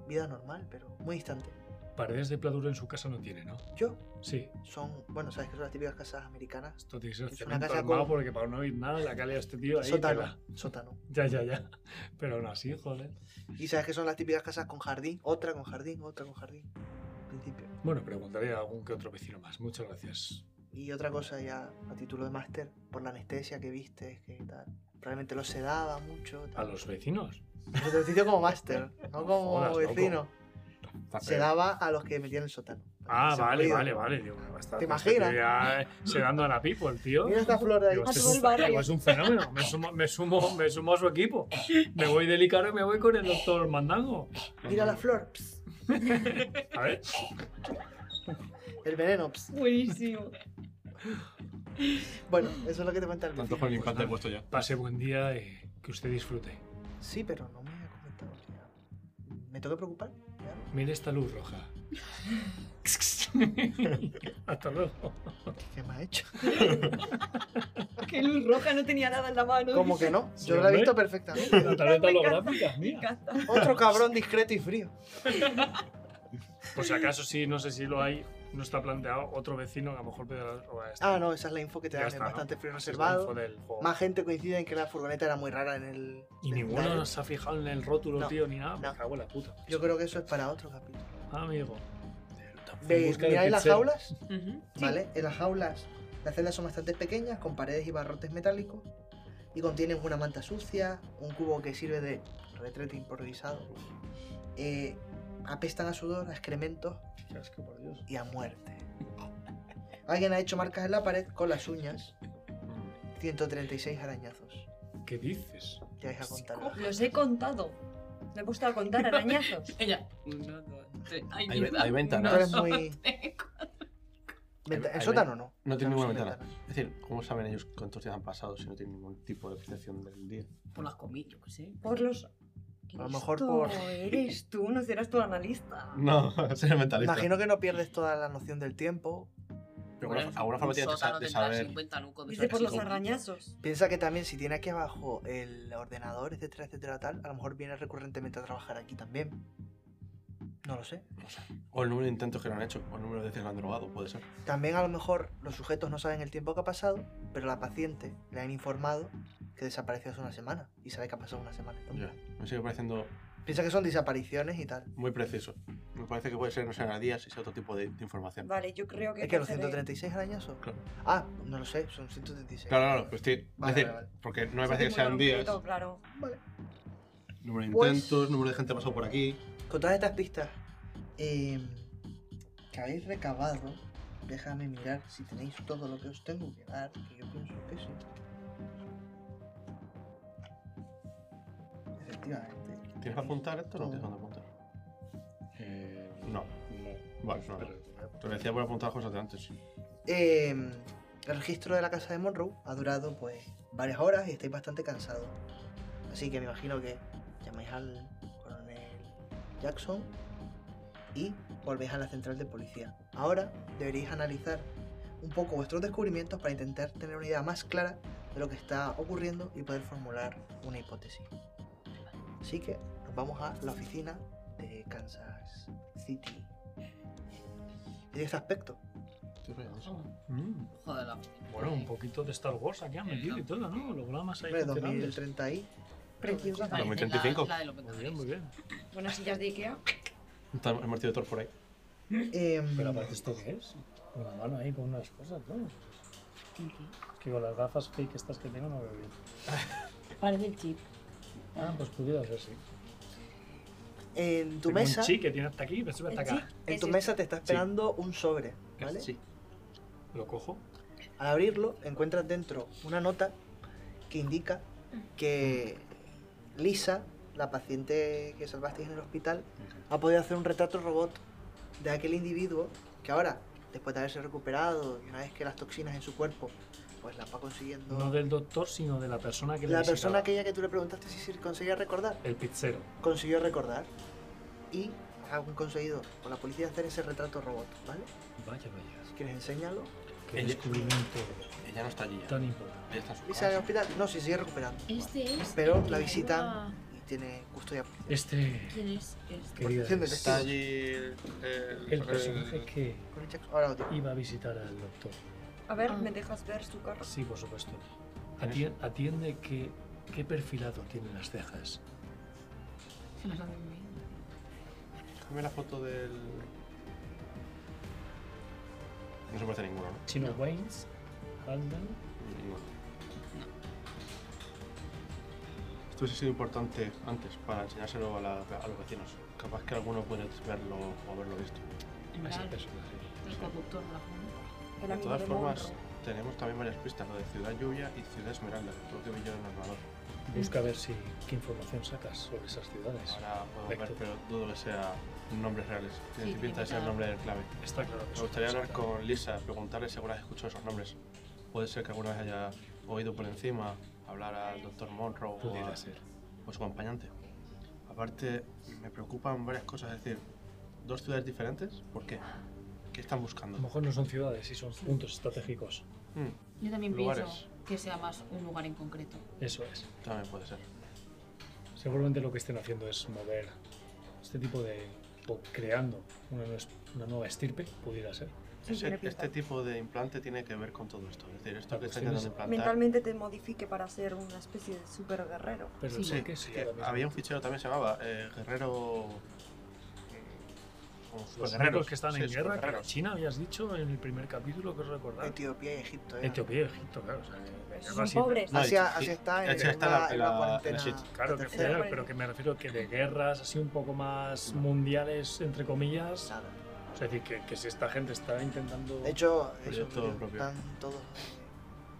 [SPEAKER 2] Vida normal, pero muy distante.
[SPEAKER 5] Paredes de pladur en su casa no tiene, ¿no?
[SPEAKER 2] Yo
[SPEAKER 5] Sí,
[SPEAKER 2] son, bueno, sabes que son las típicas casas americanas
[SPEAKER 5] esto tiene que ser
[SPEAKER 2] Es una
[SPEAKER 5] cemento
[SPEAKER 2] casa
[SPEAKER 5] armado
[SPEAKER 2] con-
[SPEAKER 5] porque para no oír nada la calidad de este tío ahí.
[SPEAKER 2] Sótano,
[SPEAKER 5] tela.
[SPEAKER 2] sótano.
[SPEAKER 5] Ya, ya, ya. Pero aún así, joder.
[SPEAKER 2] Y sabes que son las típicas casas con jardín, otra con jardín, otra con jardín. Al principio.
[SPEAKER 5] Bueno, preguntaré a algún que otro vecino más. Muchas gracias.
[SPEAKER 2] Y otra cosa ya a título de máster, por la anestesia que viste, que tal. Probablemente lo sedaba mucho.
[SPEAKER 5] ¿A
[SPEAKER 2] Tal.
[SPEAKER 5] los vecinos?
[SPEAKER 2] Pero Te lo hiciste como máster, no como
[SPEAKER 5] Jodas, loco.
[SPEAKER 2] vecino.
[SPEAKER 5] Está
[SPEAKER 2] Se
[SPEAKER 5] feo.
[SPEAKER 2] daba a los que metían el sótano.
[SPEAKER 5] Ah,
[SPEAKER 2] Se
[SPEAKER 5] vale,
[SPEAKER 2] movían.
[SPEAKER 5] vale, vale. Digo, me va a estar-
[SPEAKER 2] ¿Te
[SPEAKER 5] me está
[SPEAKER 2] imaginas?
[SPEAKER 5] ya, eh, sedando a la pipo, el tío.
[SPEAKER 2] Mira esta flor de ahí.
[SPEAKER 5] Digo, este
[SPEAKER 6] A
[SPEAKER 5] es,
[SPEAKER 6] todo
[SPEAKER 5] un,
[SPEAKER 6] el barrio.
[SPEAKER 5] digo, es un fenómeno. Me sumo, me, sumo, me sumo a su equipo. Me voy del Icaro y me voy con el doctor Mandango.
[SPEAKER 2] Mira la flor. ps,
[SPEAKER 5] A ver,
[SPEAKER 2] El veneno. ps.
[SPEAKER 7] Buenísimo.
[SPEAKER 2] Bueno, eso es lo que te cuenta el
[SPEAKER 3] Tanto
[SPEAKER 2] vecino.
[SPEAKER 3] por el infante he puesto ya.
[SPEAKER 5] pase buen día y que usted disfrute.
[SPEAKER 2] Sí, pero no me ha comentado. o sea, ¿Me tengo que preocupar? Claro.
[SPEAKER 5] Mire esta luz roja. Hasta luego.
[SPEAKER 2] ¿Qué me ha hecho?
[SPEAKER 6] Que luz roja no tenía nada en la mano.
[SPEAKER 2] ¿Cómo que no?
[SPEAKER 5] Sí,
[SPEAKER 2] Yo la he
[SPEAKER 5] hombre.
[SPEAKER 2] visto perfectamente.
[SPEAKER 5] La tableta holográfica,
[SPEAKER 6] Me
[SPEAKER 5] mira.
[SPEAKER 6] encanta.
[SPEAKER 2] Otro cabrón discreto y frío.
[SPEAKER 5] Por si acaso, sí, no sé si lo hay, no está planteado otro vecino que a lo mejor puede robar
[SPEAKER 2] Ah, no, esa es la info que te
[SPEAKER 5] Ya
[SPEAKER 2] dan, es
[SPEAKER 5] está, ¿no?
[SPEAKER 2] bastante frío
[SPEAKER 5] Así es la info
[SPEAKER 2] reservado.
[SPEAKER 5] del juego.
[SPEAKER 2] Más gente coincide en que la furgoneta era muy rara en el.
[SPEAKER 5] Y ninguno
[SPEAKER 2] vecindario.
[SPEAKER 5] nos ha fijado en el rótulo,
[SPEAKER 2] No,
[SPEAKER 5] tío, ni nada. Me
[SPEAKER 2] no.
[SPEAKER 5] cago en la puta. Ah,
[SPEAKER 2] Yo creo que eso es para otro capítulo.
[SPEAKER 5] Amigo.
[SPEAKER 2] ¿Veis? ¿Miráis las jaulas?
[SPEAKER 4] Ujú.
[SPEAKER 2] ¿Vale? En las jaulas las celdas son bastante pequeñas, con paredes y barrotes metálicos. Y contienen una manta sucia, un cubo que sirve de retrete improvisado. Eh, apestan a sudor, a excrementos
[SPEAKER 5] Chasco, por Dios.
[SPEAKER 2] y a muerte. Alguien ha hecho marcas en la pared con las uñas. 136 arañazos.
[SPEAKER 5] Mm, ¿Qué dices?
[SPEAKER 2] Ya vais a contar.
[SPEAKER 6] Los he contado. Me he puesto a contar arañazos.
[SPEAKER 7] Ella. Uno, dos, tres. Ay,
[SPEAKER 4] Hay-
[SPEAKER 7] mierda.
[SPEAKER 4] hay
[SPEAKER 8] ventanas.
[SPEAKER 2] Tú
[SPEAKER 7] Uno,
[SPEAKER 2] eres
[SPEAKER 7] dos,
[SPEAKER 2] muy-
[SPEAKER 7] tres, cuatro.
[SPEAKER 2] Venta-
[SPEAKER 8] Ahí
[SPEAKER 2] ¿En
[SPEAKER 8] ve-
[SPEAKER 2] sótano no?
[SPEAKER 8] no tiene
[SPEAKER 2] Sótano
[SPEAKER 8] ninguna
[SPEAKER 2] sin
[SPEAKER 8] ventana.
[SPEAKER 2] ventanas.
[SPEAKER 8] Es decir, ¿cómo saben ellos cuántos días han pasado si no tienen ningún tipo de percepción del día?
[SPEAKER 7] Por las comillas, yo qué sé.
[SPEAKER 6] Por los.
[SPEAKER 2] A lo mejor por-
[SPEAKER 6] Esto eres tú, no serás tú analista.
[SPEAKER 8] No, ser mentalista.
[SPEAKER 2] Imagino que no pierdes toda la noción del tiempo.
[SPEAKER 8] Pero alguna,
[SPEAKER 7] Bueno,
[SPEAKER 8] alguna forma
[SPEAKER 7] un
[SPEAKER 8] tiene de sa-
[SPEAKER 7] sótano
[SPEAKER 8] de
[SPEAKER 7] tendrá
[SPEAKER 8] saber.
[SPEAKER 7] 50 nucos de
[SPEAKER 6] Dice por los
[SPEAKER 7] sótano.
[SPEAKER 6] arañazos.
[SPEAKER 2] Piensa que también si tiene aquí abajo el ordenador, etcétera, etcétera, tal, a lo mejor viene recurrentemente a trabajar aquí también. No lo sé.
[SPEAKER 8] O el número de intentos que lo han hecho, o el número de veces que lo han drogado, puede ser.
[SPEAKER 2] También a lo mejor los sujetos no saben el tiempo que ha pasado, pero la paciente le han informado que desapareció hace una semana y sabe que ha pasado una semana.
[SPEAKER 8] Ya. Me sigue pareciendo
[SPEAKER 2] Piensa que son desapariciones y tal.
[SPEAKER 3] Muy preciso. Me parece que puede ser, no sé, días y sea otro tipo de, de información.
[SPEAKER 6] Vale, yo creo que.
[SPEAKER 2] Es que los
[SPEAKER 6] procede-
[SPEAKER 2] 136 arañazos.
[SPEAKER 3] Claro.
[SPEAKER 2] Ah, no lo sé, son 136.
[SPEAKER 3] Claro, claro, pues sí.
[SPEAKER 2] Vale,
[SPEAKER 3] es decir,
[SPEAKER 2] vale, vale.
[SPEAKER 3] porque no me
[SPEAKER 6] se hace
[SPEAKER 3] parece que
[SPEAKER 6] muy
[SPEAKER 3] sean días.
[SPEAKER 6] concreto, Claro.
[SPEAKER 8] Número de
[SPEAKER 2] Pues-
[SPEAKER 8] intentos, número de gente pasado por aquí.
[SPEAKER 2] Con todas estas pistas eh, que habéis recabado, déjame mirar si tenéis todo lo que os tengo que dar, que yo pienso que sí. Efectivamente.
[SPEAKER 3] ¿Tienes que apuntar esto o no
[SPEAKER 2] Todo.
[SPEAKER 3] tienes que apuntar?
[SPEAKER 8] Eh,
[SPEAKER 3] No. Vale, no. Te lo decía por apuntar cosas de antes.
[SPEAKER 2] Eh, el registro de la casa de Monroe ha durado pues varias horas y estáis bastante cansados. Así que me imagino que llamáis al coronel Jackson y volvéis a la central de policía. Ahora deberéis analizar un poco vuestros descubrimientos para intentar tener una idea más clara de lo que está ocurriendo y poder formular una hipótesis. Así que nos vamos a la oficina de Kansas City. Y de este aspecto,
[SPEAKER 8] estoy rayado.
[SPEAKER 5] Mm,
[SPEAKER 7] Joder, la-
[SPEAKER 5] Bueno, un poquito de Star Wars aquí han metido y todo, ¿no? Hologramas ahí.
[SPEAKER 2] Hombre,
[SPEAKER 5] funcionales.
[SPEAKER 2] 2030 ahí.
[SPEAKER 6] Preciosa.
[SPEAKER 7] parece
[SPEAKER 3] 2035.
[SPEAKER 7] La, la de los
[SPEAKER 5] Muy bien,
[SPEAKER 7] Vengadores.
[SPEAKER 5] muy bien.
[SPEAKER 6] Buenas sillas de Ikea.
[SPEAKER 3] Está el martillo de Thor por ahí.
[SPEAKER 2] Em,
[SPEAKER 5] Pero aparte, ¿esto qué es? Con la mano ahí, con unas cosas, ¿no?
[SPEAKER 7] ¿Qué?
[SPEAKER 5] Es que con las gafas fake estas que tengo no veo bien.
[SPEAKER 7] Parece el chip.
[SPEAKER 5] Ah, pues pudiera ser, sí.
[SPEAKER 2] en tu
[SPEAKER 5] Tengo
[SPEAKER 2] mesa,
[SPEAKER 5] Un chi que tiene hasta aquí, me sube hasta
[SPEAKER 6] El
[SPEAKER 5] acá.
[SPEAKER 6] chic
[SPEAKER 2] en
[SPEAKER 6] es
[SPEAKER 2] tu
[SPEAKER 6] este.
[SPEAKER 2] mesa te está esperando un sobre, ¿vale?
[SPEAKER 3] Sí.
[SPEAKER 5] Lo cojo.
[SPEAKER 2] Al abrirlo encuentras dentro una nota que indica que Lisa, la paciente que salvasteis en el hospital, ha podido hacer un retrato robot de aquel individuo que ahora, después de haberse recuperado y una vez que las toxinas en su cuerpo, pues las va consiguiendo.
[SPEAKER 5] No del doctor, sino de la persona que le
[SPEAKER 2] la
[SPEAKER 5] visitaba.
[SPEAKER 2] persona aquella que tú le preguntaste si si conseguía recordar.
[SPEAKER 5] El pizzero.
[SPEAKER 2] consiguió recordar y han conseguido con la policía hacer ese retrato robot, ¿vale?
[SPEAKER 5] Vaya, vaya.
[SPEAKER 2] Si quieres enséñalo.
[SPEAKER 5] Qué
[SPEAKER 3] Ella-
[SPEAKER 5] descubrimiento
[SPEAKER 3] Ella no está allí Eh, ya.
[SPEAKER 5] tan importante.
[SPEAKER 3] Ella está en su
[SPEAKER 2] ¿Lisa en el
[SPEAKER 3] casa.
[SPEAKER 2] hospital? No, sí, sigue recuperando.
[SPEAKER 7] Este es.
[SPEAKER 2] Pero
[SPEAKER 7] el de
[SPEAKER 2] la
[SPEAKER 7] nueva-
[SPEAKER 2] visita- Y tiene custodia policial.
[SPEAKER 5] Este,
[SPEAKER 7] ¿Quién es?
[SPEAKER 5] querido,
[SPEAKER 7] Este.
[SPEAKER 2] Protección de
[SPEAKER 5] es
[SPEAKER 2] testigos.
[SPEAKER 3] Está allí el... el-
[SPEAKER 5] el personaje que
[SPEAKER 2] Con el Jackson. Ahora lo digo.
[SPEAKER 5] iba a visitar al doctor.
[SPEAKER 6] A ver,
[SPEAKER 7] Ah.
[SPEAKER 6] ¿me dejas ver su cara?
[SPEAKER 5] Sí, por supuesto. Ati- Atiende que qué perfilado tienen las cejas.
[SPEAKER 7] Se las hace muy bien.
[SPEAKER 3] Déjame la foto del... No se parece a ninguno, ¿no?
[SPEAKER 5] Chino Waynes, Handel.
[SPEAKER 3] Ninguno. Esto hubiese sido importante antes para enseñárselo a, la- a los vecinos. Capaz que alguno puede verlo o haberlo visto.
[SPEAKER 7] En
[SPEAKER 5] Ese
[SPEAKER 7] plan,
[SPEAKER 5] personaje.
[SPEAKER 7] El conductor de la junta.
[SPEAKER 6] El
[SPEAKER 3] De
[SPEAKER 6] amigo
[SPEAKER 3] todas
[SPEAKER 6] de
[SPEAKER 3] formas,
[SPEAKER 6] Monroe.
[SPEAKER 3] tenemos también varias pistas, lo de Ciudad Lluvia y Ciudad Esmeralda, que creo que vi yo en el armador.
[SPEAKER 5] Busca a ver si qué información sacas sobre esas ciudades.
[SPEAKER 3] Ahora puedo
[SPEAKER 5] Perfecto.
[SPEAKER 3] ver, pero dudo que sean nombres reales. Tiene
[SPEAKER 7] Sí,
[SPEAKER 3] pinta de ser el
[SPEAKER 7] pinta-
[SPEAKER 3] nombre clave.
[SPEAKER 5] Está claro que
[SPEAKER 3] Me
[SPEAKER 5] eso
[SPEAKER 3] gustaría
[SPEAKER 5] pasa.
[SPEAKER 3] hablar con Lisa, preguntarle si alguna vez escuchó esos nombres. Puede ser que alguna vez haya oído por encima hablar al doctor Monroe o, a-
[SPEAKER 5] Pudiera ser.
[SPEAKER 3] o su pues, acompañante. Aparte, me preocupan varias cosas, es decir, dos ciudades diferentes, ¿por qué? ¿Qué están
[SPEAKER 5] A
[SPEAKER 3] buscando?
[SPEAKER 5] lo mejor no son ciudades, sí son puntos estratégicos.
[SPEAKER 3] Mm,
[SPEAKER 7] Yo también
[SPEAKER 3] Lugares.
[SPEAKER 7] pienso que sea más un lugar en concreto.
[SPEAKER 5] Eso es.
[SPEAKER 3] también puede ser.
[SPEAKER 5] Seguramente lo que estén haciendo es mover este tipo de. o creando una, nues- una nueva estirpe, pudiera ser.
[SPEAKER 6] Sí,
[SPEAKER 3] Ese-
[SPEAKER 6] tiene pinta.
[SPEAKER 3] este tipo de implante tiene que ver con todo esto, es decir, esto
[SPEAKER 5] La
[SPEAKER 3] que están
[SPEAKER 5] cuestión es
[SPEAKER 3] intentando implantar...
[SPEAKER 6] Mentalmente te modifique para ser una especie de super guerrero.
[SPEAKER 5] Pero
[SPEAKER 7] Sí.
[SPEAKER 5] ¿por
[SPEAKER 3] Sí,
[SPEAKER 5] qué?
[SPEAKER 3] es
[SPEAKER 5] Sí,
[SPEAKER 3] que
[SPEAKER 5] ahora mismo.
[SPEAKER 3] había un fichero también se llamaba eh, Guerrero. como
[SPEAKER 5] Los
[SPEAKER 3] superguerreros.
[SPEAKER 5] guerreros que están
[SPEAKER 3] Sí,
[SPEAKER 5] en guerra, que
[SPEAKER 3] superguerreros.
[SPEAKER 5] China habías dicho en el primer capítulo que os recordáis.
[SPEAKER 2] Etiopía y Egipto. ¿eh? era.
[SPEAKER 5] Etiopía y Egipto, claro. O sea, que-
[SPEAKER 6] Esos
[SPEAKER 5] guerra
[SPEAKER 6] Son
[SPEAKER 5] siempre-
[SPEAKER 6] pobres.
[SPEAKER 3] No, y-
[SPEAKER 2] Asia,
[SPEAKER 3] y-
[SPEAKER 2] Asia está en,
[SPEAKER 3] Asia está
[SPEAKER 2] una-
[SPEAKER 3] la-
[SPEAKER 2] en una
[SPEAKER 3] la-
[SPEAKER 2] cuarentena.
[SPEAKER 3] en Egipto.
[SPEAKER 5] Claro que
[SPEAKER 2] la
[SPEAKER 5] feo,
[SPEAKER 2] tercera.
[SPEAKER 6] fuera.
[SPEAKER 5] pero que me refiero que de guerras así un poco más mundiales, entre comillas.
[SPEAKER 2] Nada.
[SPEAKER 5] Es decir, que, que si esta gente está intentando.
[SPEAKER 2] De hecho, eso,
[SPEAKER 3] Proyecto
[SPEAKER 2] mira,
[SPEAKER 3] propio.
[SPEAKER 2] están todos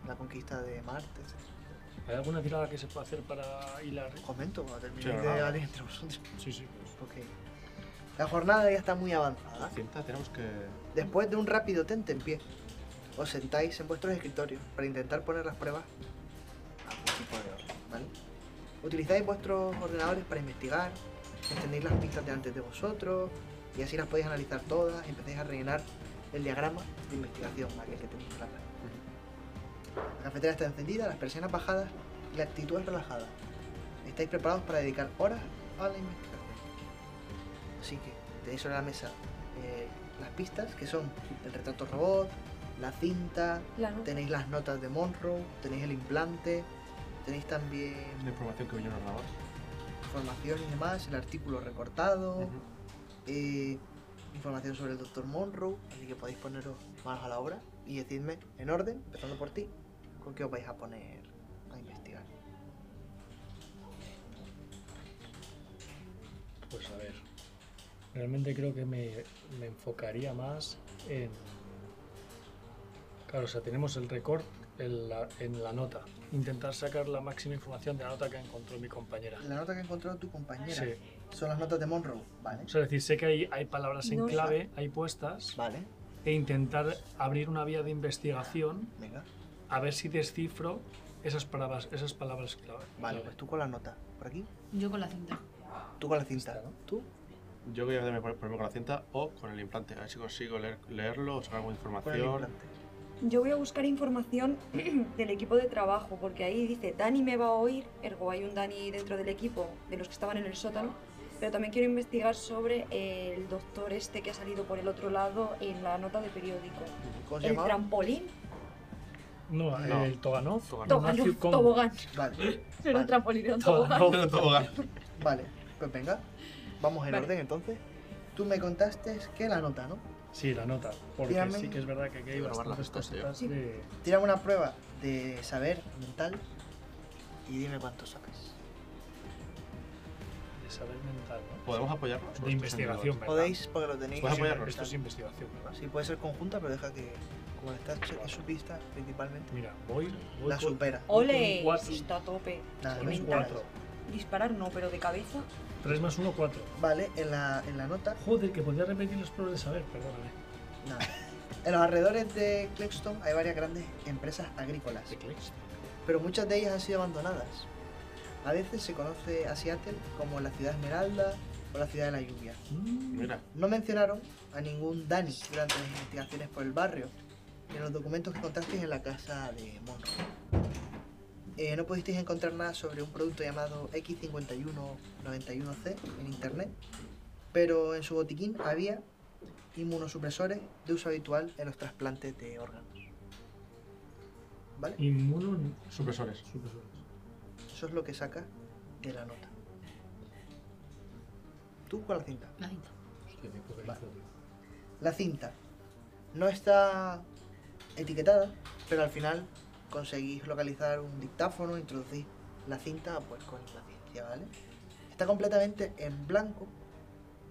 [SPEAKER 2] en la conquista de Marte. etc.
[SPEAKER 5] ¿Hay alguna tirada que se pueda hacer para hilar?
[SPEAKER 2] Os comento cuando
[SPEAKER 3] Sí,
[SPEAKER 2] terminéis de
[SPEAKER 3] nada.
[SPEAKER 2] hablar entre vosotros.
[SPEAKER 5] Sí, sí, pues.
[SPEAKER 2] Ok. La jornada ya está muy avanzada.
[SPEAKER 3] Cinta, tenemos que.
[SPEAKER 2] Después de un rápido tentempié, os sentáis en vuestros escritorios para intentar poner las pruebas a algún tipo de orden, ¿vale? Utilizáis vuestros ordenadores para investigar, extendéis las pistas de antes de vosotros y así las podéis analizar todas y empezáis a rellenar el diagrama de investigación, aquel que tenéis en la mano. La cafetera está encendida, las persianas bajadas y la actitud es relajada. Estáis preparados para dedicar horas a la investigación. Así que tenéis sobre la mesa eh, las pistas, que son el retrato robot, la cinta,
[SPEAKER 6] La nota.
[SPEAKER 2] tenéis las notas de Monroe, tenéis el implante, tenéis también
[SPEAKER 3] La información que vino en el ordenador.
[SPEAKER 2] información y demás, el artículo
[SPEAKER 6] Oh.
[SPEAKER 2] recortado, eh, información sobre el Dr. Monroe, así que podéis poneros manos a la obra y decidme en orden, empezando por ti, con qué os vais a poner a investigar.
[SPEAKER 5] Pues a ver. Realmente creo que me, me enfocaría más en. Claro, o sea, tenemos el récord en la, en la nota. Intentar sacar la máxima información de la nota que encontró mi compañera.
[SPEAKER 2] La nota que encontró tu compañera
[SPEAKER 5] Sí.
[SPEAKER 2] son las notas de Monroe, ¿vale?
[SPEAKER 5] O sea, es decir, sé que hay, hay palabras en
[SPEAKER 6] No,
[SPEAKER 5] clave, hay puestas,
[SPEAKER 2] Vale,
[SPEAKER 5] e intentar abrir una vía de investigación
[SPEAKER 2] venga.
[SPEAKER 5] a ver si descifro esas palabras, esas palabras clave.
[SPEAKER 2] Vale,
[SPEAKER 5] clave.
[SPEAKER 2] pues tú con la nota, por aquí,
[SPEAKER 4] Yo con la cinta.
[SPEAKER 2] tú con la cinta,
[SPEAKER 5] Está, ¿no?
[SPEAKER 2] tú
[SPEAKER 3] Yo voy a hacerme por- ponerme con la cinta o con el implante, a ver si consigo leer- leerlo o sacar alguna
[SPEAKER 2] con el
[SPEAKER 3] información.
[SPEAKER 2] implante.
[SPEAKER 6] Yo voy a buscar información del equipo de trabajo, porque ahí dice Dani me va a oír, ergo hay un Dani dentro del equipo, de los que estaban en el sótano, pero también quiero investigar sobre el doctor este que ha salido por el otro lado en la nota de periódico.
[SPEAKER 2] ¿Cómo se
[SPEAKER 6] El
[SPEAKER 2] llamaba?
[SPEAKER 6] trampolín,
[SPEAKER 5] No,
[SPEAKER 3] No.
[SPEAKER 5] el Toganov.
[SPEAKER 3] Toganov.
[SPEAKER 5] Ignacio
[SPEAKER 6] tobogán,
[SPEAKER 5] Conde.
[SPEAKER 6] tobogán,
[SPEAKER 2] Vale,
[SPEAKER 6] era
[SPEAKER 2] Vale.
[SPEAKER 6] un trampolín, era un tobogán.
[SPEAKER 5] Toganov.
[SPEAKER 3] Tobogán.
[SPEAKER 2] vale, pues venga, vamos en
[SPEAKER 6] Vale.
[SPEAKER 2] orden entonces. Tú me contaste que la nota, ¿no?
[SPEAKER 5] Sí, la nota. Porque
[SPEAKER 2] Dígame.
[SPEAKER 5] sí que es verdad que aquí hay
[SPEAKER 3] Quiero robar
[SPEAKER 5] bastantes
[SPEAKER 3] las notas, tío.
[SPEAKER 5] cositas de...
[SPEAKER 2] Tírame una prueba de saber mental y dime cuánto sabes.
[SPEAKER 5] de saber mental, ¿no?
[SPEAKER 3] ¿Podemos apoyarnos?
[SPEAKER 5] De investigación, ¿verdad?
[SPEAKER 2] Podéis, porque lo tenéis.
[SPEAKER 3] Voy a
[SPEAKER 5] Sí,
[SPEAKER 3] apoyarnos.
[SPEAKER 5] Esto es investigación, ¿verdad?
[SPEAKER 2] Sí, puede ser conjunta, pero deja que. Como está hecho- es su pista principalmente,
[SPEAKER 5] Mira, voy, voy
[SPEAKER 2] la
[SPEAKER 5] por-
[SPEAKER 2] supera.
[SPEAKER 6] Ole,
[SPEAKER 5] Un cuatro.
[SPEAKER 6] eso está a tope.
[SPEAKER 2] Nada,
[SPEAKER 5] por
[SPEAKER 2] no
[SPEAKER 5] un
[SPEAKER 2] es
[SPEAKER 6] mental.
[SPEAKER 5] cuatro.
[SPEAKER 6] Disparar no, pero de cabeza.
[SPEAKER 5] 3 más 1, 4.
[SPEAKER 2] Vale, en la, en la nota,
[SPEAKER 5] Joder, que podía repetir los pruebas de saber, perdóname.
[SPEAKER 2] nada. En los alrededores de Clexton hay varias grandes empresas agrícolas,
[SPEAKER 5] ¿De clics?
[SPEAKER 2] pero muchas de ellas han sido abandonadas. A veces se conoce a Seattle como la ciudad esmeralda o la ciudad de la lluvia.
[SPEAKER 3] Mira,
[SPEAKER 2] No mencionaron a ningún Dani durante las investigaciones por el barrio, ni en los documentos que encontrasteis en la casa de Monroe. Eh, no pudisteis encontrar nada sobre un producto llamado X5191C en internet, pero en su botiquín había inmunosupresores de uso habitual en los trasplantes de órganos. ¿Vale?
[SPEAKER 5] Inmuno...
[SPEAKER 3] supresores.
[SPEAKER 5] Supresores.
[SPEAKER 2] Eso es lo que saca de la nota. Tú con la cinta.
[SPEAKER 4] La cinta.
[SPEAKER 5] Hostia, qué poca
[SPEAKER 2] Vale.
[SPEAKER 5] info, tío.
[SPEAKER 2] La cinta no está etiquetada, pero al final conseguís localizar un dictáfono, introducís la cinta pues con la ciencia, ¿vale? Está completamente en blanco,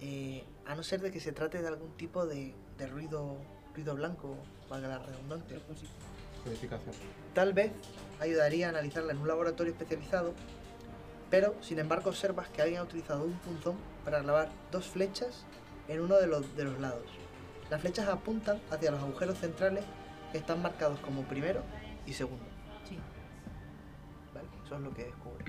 [SPEAKER 2] eh, a no ser de que se trate de algún tipo de, de ruido, ruido blanco, valga la redundancia.
[SPEAKER 3] Codificación.
[SPEAKER 2] Tal vez ayudaría a analizarla en un laboratorio especializado, pero sin embargo observas que alguien ha utilizado un punzón para clavar dos flechas en uno de los, de los lados. Las flechas apuntan hacia los agujeros centrales que están marcados como primero y segundo.
[SPEAKER 4] Sí.
[SPEAKER 2] ¿vale? Eso es lo que descubre.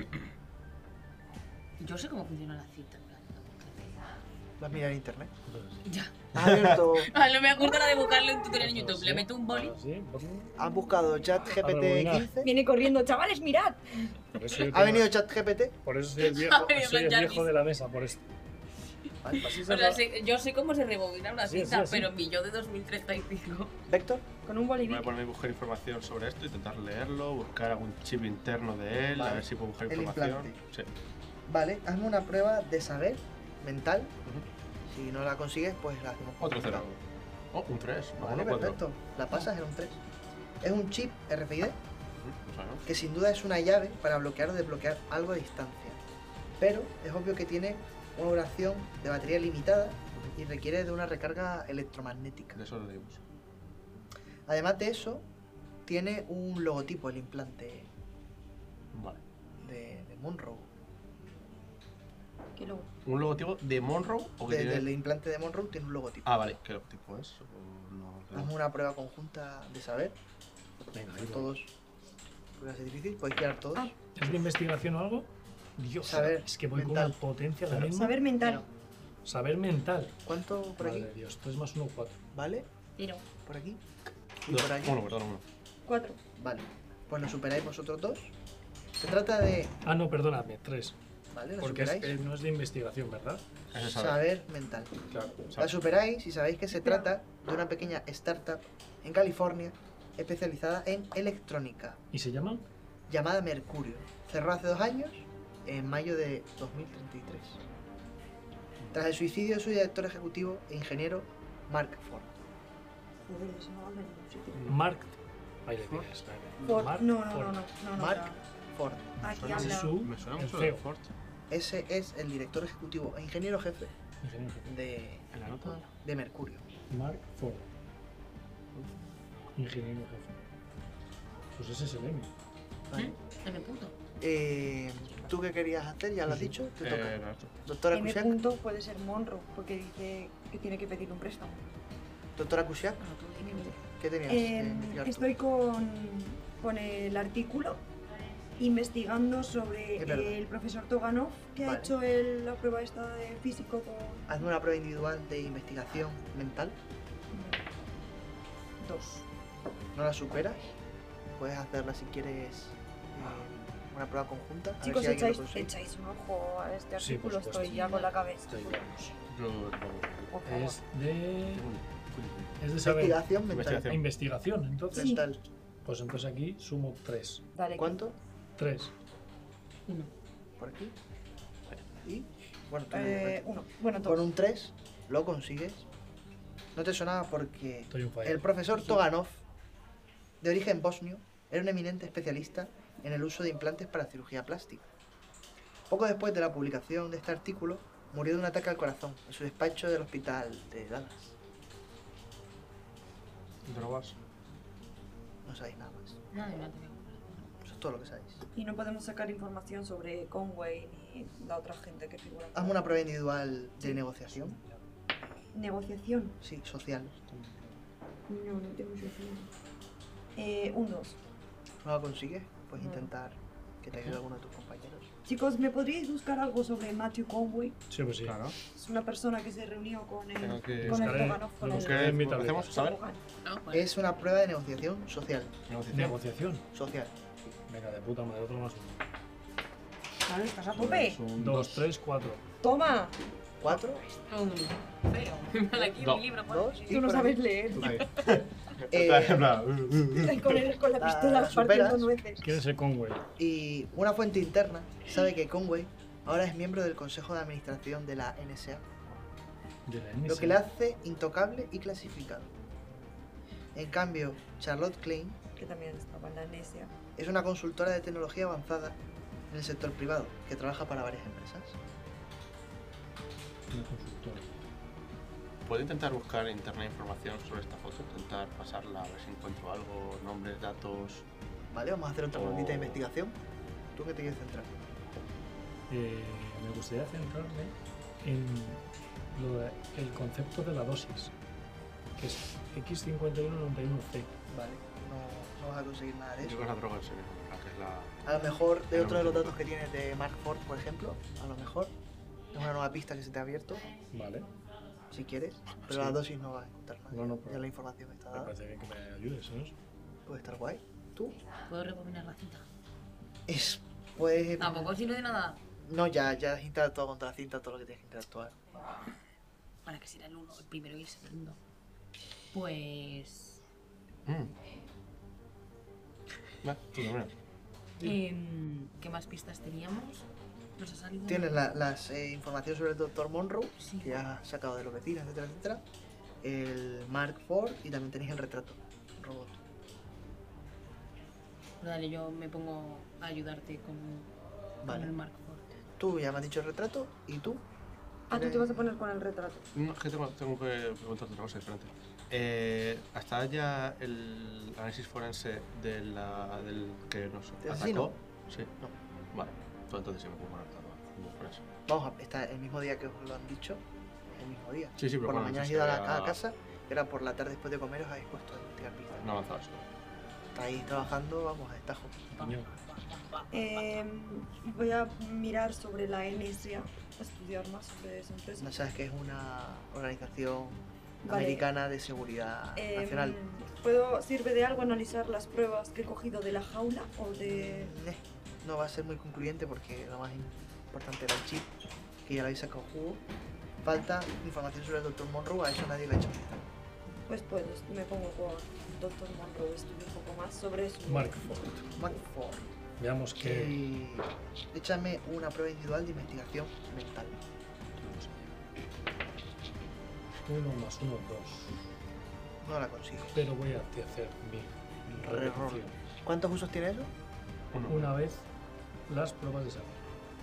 [SPEAKER 4] Yo sé cómo funciona la cinta. en plan, no.
[SPEAKER 2] Vas a mirar en internet.
[SPEAKER 5] Entonces,
[SPEAKER 4] Ya.
[SPEAKER 2] Has abierto,
[SPEAKER 4] Ah, lo me acuerdo la de buscarle un tutorial en
[SPEAKER 5] ahora
[SPEAKER 4] YouTube.
[SPEAKER 5] sí,
[SPEAKER 4] Le meto un boli.
[SPEAKER 5] ahora sí, por-
[SPEAKER 2] has buscado ChatGPT-15.
[SPEAKER 6] Viene corriendo, chavales, mirad.
[SPEAKER 5] por eso yo
[SPEAKER 2] Ha
[SPEAKER 5] tengo-
[SPEAKER 2] venido ChatGPT.
[SPEAKER 5] Por eso soy el viejo,
[SPEAKER 4] venido
[SPEAKER 5] soy el
[SPEAKER 4] Black
[SPEAKER 5] viejo
[SPEAKER 4] Jarvis.
[SPEAKER 5] de la mesa, por esto.
[SPEAKER 2] ¿Vale? pues
[SPEAKER 4] O sea, sé- yo sé cómo se rebobina una
[SPEAKER 5] Sí,
[SPEAKER 4] cinta,
[SPEAKER 5] sí, sí.
[SPEAKER 4] pero mi yo de 2035.
[SPEAKER 2] Vector,
[SPEAKER 6] Con un
[SPEAKER 3] Voy a
[SPEAKER 6] bolivic.
[SPEAKER 3] ponerme a buscar información sobre esto, intentar leerlo, buscar algún chip interno de él,
[SPEAKER 2] Vale.
[SPEAKER 3] a ver si puedo buscar
[SPEAKER 2] El
[SPEAKER 3] información.
[SPEAKER 2] implante.
[SPEAKER 3] Sí.
[SPEAKER 2] vale, hazme una prueba de saber mental. Si no la consigues, pues la hacemos con
[SPEAKER 3] Otro
[SPEAKER 2] otra.
[SPEAKER 3] cero. Oh, un 3.
[SPEAKER 2] Vale, perfecto. La pasas en un 3. Es un chip RFID que sin duda es una llave para bloquear o desbloquear algo a distancia. Pero es obvio que tiene una duración de batería limitada y requiere de una recarga electromagnética.
[SPEAKER 3] De eso lo leímos.
[SPEAKER 2] Además de eso, tiene un logotipo el implante
[SPEAKER 3] Vale.
[SPEAKER 2] de, de Monroe.
[SPEAKER 6] Que luego.
[SPEAKER 3] ¿Un logotipo de Monroe o que
[SPEAKER 2] De-
[SPEAKER 3] tiene-
[SPEAKER 2] del implante de Monroe tiene un logotipo.
[SPEAKER 3] Ah, vale. ¿Qué logotipo es? O No, lo
[SPEAKER 2] Hazme
[SPEAKER 3] vemos.
[SPEAKER 2] una prueba conjunta de saber.
[SPEAKER 5] Venga,
[SPEAKER 2] Con todos. Porque va a ser difícil, podéis tirar todos.
[SPEAKER 6] Ah,
[SPEAKER 5] ¿Es de investigación o algo? Dios,
[SPEAKER 2] Saber
[SPEAKER 5] es que voy
[SPEAKER 2] mental.
[SPEAKER 5] con una potencia ahora
[SPEAKER 3] Claro.
[SPEAKER 5] mismo.
[SPEAKER 6] Saber mental.
[SPEAKER 5] Saber mental.
[SPEAKER 2] ¿Cuánto por
[SPEAKER 5] Madre
[SPEAKER 2] aquí?
[SPEAKER 5] de Dios, 3 más 1, 4.
[SPEAKER 2] ¿Vale?
[SPEAKER 4] Pero
[SPEAKER 2] ¿Por aquí? ¿Y
[SPEAKER 3] Dos.
[SPEAKER 2] por allá?
[SPEAKER 3] Uno, perdón, uno.
[SPEAKER 6] Cuatro.
[SPEAKER 2] Vale, pues lo superáis vosotros dos. Se trata de.
[SPEAKER 5] Ah, no, perdóname, 3.
[SPEAKER 2] ¿Vale? ¿Lo
[SPEAKER 5] Porque es-
[SPEAKER 2] superáis?
[SPEAKER 5] eh, no es de investigación, ¿verdad?
[SPEAKER 3] Ese sabe.
[SPEAKER 2] Saber mental.
[SPEAKER 5] Claro.
[SPEAKER 2] La
[SPEAKER 3] Sabe.
[SPEAKER 2] superáis y sabéis que se trata de una pequeña startup en California especializada en electrónica,
[SPEAKER 5] ¿Y se llaman?
[SPEAKER 2] llamada Mercurio. Cerró hace dos años en mayo de 2033. Tras el suicidio de su director ejecutivo e ingeniero Mark Ford.
[SPEAKER 6] Joder, eso no va a venir a ningún sitio.
[SPEAKER 5] Mark. Ahí le tienes.
[SPEAKER 6] Ford.
[SPEAKER 5] Mark
[SPEAKER 6] No, no,
[SPEAKER 5] Ford.
[SPEAKER 6] no, no, no, no.
[SPEAKER 2] Mark Ford.
[SPEAKER 6] Aquí
[SPEAKER 5] Suena
[SPEAKER 6] habla.
[SPEAKER 5] su-
[SPEAKER 3] Me suena
[SPEAKER 5] el
[SPEAKER 3] mucho de
[SPEAKER 5] feo.
[SPEAKER 3] Ford.
[SPEAKER 2] Ese es el director ejecutivo e ingeniero jefe
[SPEAKER 5] Ingeniero jefe.
[SPEAKER 2] de,
[SPEAKER 3] En la nota.
[SPEAKER 2] de Mercurio.
[SPEAKER 5] Mark Ford. Ingeniero jefe. Pues ese es el M.
[SPEAKER 2] ¿vale?
[SPEAKER 4] M puto.
[SPEAKER 2] Eh, ¿Tú qué querías hacer? Ya lo has
[SPEAKER 3] Sí,
[SPEAKER 2] dicho. Te
[SPEAKER 3] Eh,
[SPEAKER 2] toca.
[SPEAKER 3] Naruto.
[SPEAKER 2] Doctora
[SPEAKER 6] M.
[SPEAKER 2] Kusiak.
[SPEAKER 6] punto puede ser Monroe, porque dice que tiene que pedir un préstamo.
[SPEAKER 2] Doctora Kusiak,
[SPEAKER 6] Ah,
[SPEAKER 4] Bueno, tú dime.
[SPEAKER 2] ¿qué tenías que
[SPEAKER 6] Eh,
[SPEAKER 2] investigar tú?
[SPEAKER 6] estoy con, con el artículo investigando sobre
[SPEAKER 2] Es verdad.
[SPEAKER 6] el profesor Toganov que
[SPEAKER 2] Vale.
[SPEAKER 6] ha hecho el- la prueba esta de físico con
[SPEAKER 2] Hazme una prueba individual de investigación mental.
[SPEAKER 6] dos.
[SPEAKER 2] No la superas. Puedes hacerla si quieres eh, una prueba conjunta. A ver
[SPEAKER 6] Chicos,
[SPEAKER 2] si alguien lo
[SPEAKER 6] echáis,
[SPEAKER 2] consigue.
[SPEAKER 6] echáis un ojo a este
[SPEAKER 5] Sí, por
[SPEAKER 6] artículo,
[SPEAKER 5] supuesto.
[SPEAKER 6] estoy ya con la cabeza.
[SPEAKER 5] Estoy vamos.
[SPEAKER 3] Yo tampoco.
[SPEAKER 6] Por favor.
[SPEAKER 5] Es de.
[SPEAKER 3] Tengo un-
[SPEAKER 5] Es de saber.
[SPEAKER 2] Investigación mental.
[SPEAKER 3] Investigación.
[SPEAKER 5] Ah, Investigación, entonces.
[SPEAKER 6] Sí.
[SPEAKER 2] mental.
[SPEAKER 5] Pues entonces aquí sumo 3.
[SPEAKER 6] Dale,
[SPEAKER 2] ¿Cuánto?
[SPEAKER 5] 3.
[SPEAKER 4] Uno.
[SPEAKER 2] Por aquí. Y. Bueno, tú
[SPEAKER 6] eh,
[SPEAKER 2] me
[SPEAKER 6] uno. Bueno,
[SPEAKER 2] cuentas. con
[SPEAKER 6] dos.
[SPEAKER 2] un 3 lo consigues. No te sonaba porque
[SPEAKER 5] Estoy un fallo.
[SPEAKER 2] El profesor Toganov, de origen bosnio, era un eminente especialista en el uso de implantes para cirugía plástica. Poco después de la publicación de este artículo, murió de un ataque al corazón en su despacho del hospital de Dallas.
[SPEAKER 3] Drogas.
[SPEAKER 2] No sabéis nada más.
[SPEAKER 4] Nada de nada.
[SPEAKER 2] Eso es todo lo que sabéis.
[SPEAKER 6] Y no podemos sacar información sobre Conway ni la otra gente que figura.
[SPEAKER 2] Hazme una prueba individual de negociación.
[SPEAKER 6] Negociación.
[SPEAKER 2] Sí, social.
[SPEAKER 6] No, no tengo sentido. Eh, un dos.
[SPEAKER 2] No la consigues, puedes
[SPEAKER 6] No.
[SPEAKER 2] intentar que te ayude alguno de tus compañeros.
[SPEAKER 6] Chicos, ¿me podríais buscar algo sobre Matthew Conway?
[SPEAKER 5] Sí, pues sí.
[SPEAKER 3] Claro.
[SPEAKER 6] Es una persona que se reunió con el,
[SPEAKER 3] Tengo que
[SPEAKER 6] con el
[SPEAKER 5] buscaré-
[SPEAKER 6] Toganov, con
[SPEAKER 5] lo
[SPEAKER 6] el-
[SPEAKER 5] buscaré en mi
[SPEAKER 3] ¿Lo
[SPEAKER 5] tablero.
[SPEAKER 3] hacemos? ¿Saber?
[SPEAKER 6] Toganov.
[SPEAKER 4] No, bueno.
[SPEAKER 2] Es una prueba de negociación social.
[SPEAKER 3] Negociación.
[SPEAKER 5] Negociación.
[SPEAKER 2] Social.
[SPEAKER 5] Venga, de puta madre, otro más uno.
[SPEAKER 6] Claro, estás a tope.
[SPEAKER 3] Es un
[SPEAKER 5] 2, 3, 4.
[SPEAKER 6] Toma.
[SPEAKER 2] ¿Cuatro?
[SPEAKER 4] Uno. Feo. Mira, aquí
[SPEAKER 3] No.
[SPEAKER 4] mi libro. ¿cuál?
[SPEAKER 2] ¿Dos? y
[SPEAKER 6] Tú no
[SPEAKER 2] por
[SPEAKER 6] sabes
[SPEAKER 2] aquí.
[SPEAKER 6] leer.
[SPEAKER 3] En
[SPEAKER 2] Eh,
[SPEAKER 3] plan, uh, uh, uh.
[SPEAKER 6] con, el- con la
[SPEAKER 2] Ah,
[SPEAKER 6] pistola
[SPEAKER 2] ¿superas?
[SPEAKER 6] partiendo nueces.
[SPEAKER 5] ¿Quién es el Conway?
[SPEAKER 2] Y una fuente interna sabe que Conway ahora es miembro del Consejo de Administración de la NSA,
[SPEAKER 5] De la
[SPEAKER 2] lo
[SPEAKER 5] NSA.
[SPEAKER 2] que le hace intocable y clasificado. En cambio, Charlotte Klein
[SPEAKER 6] Que también estaba en la necia.
[SPEAKER 2] es una consultora de tecnología avanzada en el sector privado que trabaja para varias empresas.
[SPEAKER 5] Una consultora.
[SPEAKER 3] ¿Puedo intentar buscar en internet información sobre esta foto? Intentar pasarla, a ver si encuentro algo, nombres, datos.
[SPEAKER 2] Vale, vamos a hacer otra
[SPEAKER 3] Oh.
[SPEAKER 2] rondita de investigación. ¿Tú qué te quieres centrar?
[SPEAKER 5] Eh, me gustaría centrarme en lo de- el concepto de la dosis, que es X5191C.
[SPEAKER 2] Vale, no, no vas a conseguir nada de
[SPEAKER 3] Yo
[SPEAKER 2] eso.
[SPEAKER 3] con la droga en serio, la que es la.
[SPEAKER 2] A lo mejor de
[SPEAKER 3] Pero
[SPEAKER 2] otro de los
[SPEAKER 3] no.
[SPEAKER 2] datos que tienes de Mark Ford, por ejemplo, a lo mejor es una nueva pista que se te ha abierto.
[SPEAKER 5] Vale,
[SPEAKER 2] si quieres, pero
[SPEAKER 5] Sí.
[SPEAKER 2] la dosis no va a encontrar nada.
[SPEAKER 5] No, no,
[SPEAKER 2] ya
[SPEAKER 5] pero-
[SPEAKER 2] la información está
[SPEAKER 5] me
[SPEAKER 2] dada.
[SPEAKER 5] parece bien que me ayudes, ¿no?
[SPEAKER 2] Puede estar guay. ¿Tú?
[SPEAKER 4] Puedo rebobinar la cinta.
[SPEAKER 2] Es, pues...
[SPEAKER 4] Tampoco sirve de nada.
[SPEAKER 2] No, ya, ya has interactuado contra la cinta todo lo que tienes que interactuar.
[SPEAKER 4] Para que será el uno, el primero y el segundo. Pues.
[SPEAKER 3] Mm. Va, tú primero.
[SPEAKER 4] em, ¿Qué más pistas teníamos? ¿Nos ha salido?
[SPEAKER 2] Tienes la- las eh, informaciones sobre el Dr. Monroe,
[SPEAKER 4] Sí.
[SPEAKER 2] que ya has sacado de los vecinos, etcétera, etcétera. El Mark Ford y también tenéis el retrato robot.
[SPEAKER 4] Dale, yo me pongo a ayudarte con, con
[SPEAKER 2] Vale.
[SPEAKER 4] el marco. fuerte.
[SPEAKER 2] Tú ya me has dicho el retrato y tú.
[SPEAKER 6] Ah, tú
[SPEAKER 2] ¿Quieres-
[SPEAKER 6] te vas a poner con el retrato.
[SPEAKER 3] No, es que tengo, tengo que preguntarte otra cosa diferente. Eh, ¿Hasta ya el análisis forense de la, del que nos
[SPEAKER 2] ¿Del asesino?
[SPEAKER 3] atacó? Sí.
[SPEAKER 2] No.
[SPEAKER 3] Vale, pues entonces sí me puedo poner tanto forense.
[SPEAKER 2] Vamos a está el mismo día que os lo han dicho, el mismo día.
[SPEAKER 3] Sí, sí, pero
[SPEAKER 2] por la
[SPEAKER 3] bueno,
[SPEAKER 2] mañana has
[SPEAKER 3] antes
[SPEAKER 2] ido a la
[SPEAKER 3] había-
[SPEAKER 2] a la casa, que era por la tarde después de comer os habéis puesto a investigar pistas.
[SPEAKER 3] No avanzaba eso.
[SPEAKER 2] Estáis trabajando, vamos, a destajo.
[SPEAKER 5] Coño.
[SPEAKER 6] Eh, voy a mirar sobre la NSA, a estudiar más sobre esa empresa.
[SPEAKER 2] No sabes que es una organización
[SPEAKER 6] Vale.
[SPEAKER 2] americana de seguridad
[SPEAKER 6] Eh,
[SPEAKER 2] nacional.
[SPEAKER 6] ¿puedo, ¿Sirve de algo analizar las pruebas que he cogido de la jaula o de...?
[SPEAKER 2] Eh, No va a ser muy concluyente porque lo más importante era el chip, que ya lo habéis sacado jugo. Falta información sobre el doctor Monroe, a eso nadie le ha hecho caso.
[SPEAKER 6] Pues pues me pongo con Dr. Monroe, estudio un poco más sobre su...
[SPEAKER 5] Mark Ford.
[SPEAKER 2] Mark Ford.
[SPEAKER 5] Veamos qué.
[SPEAKER 2] Y échame una prueba individual de investigación mental.
[SPEAKER 5] Uno más uno, dos.
[SPEAKER 2] No la consigo.
[SPEAKER 5] Pero voy a hacer mi
[SPEAKER 2] Reroll.
[SPEAKER 5] repetición.
[SPEAKER 2] ¿Cuántos usos tiene eso?
[SPEAKER 3] Uno.
[SPEAKER 5] Una vez las pruebas de saber.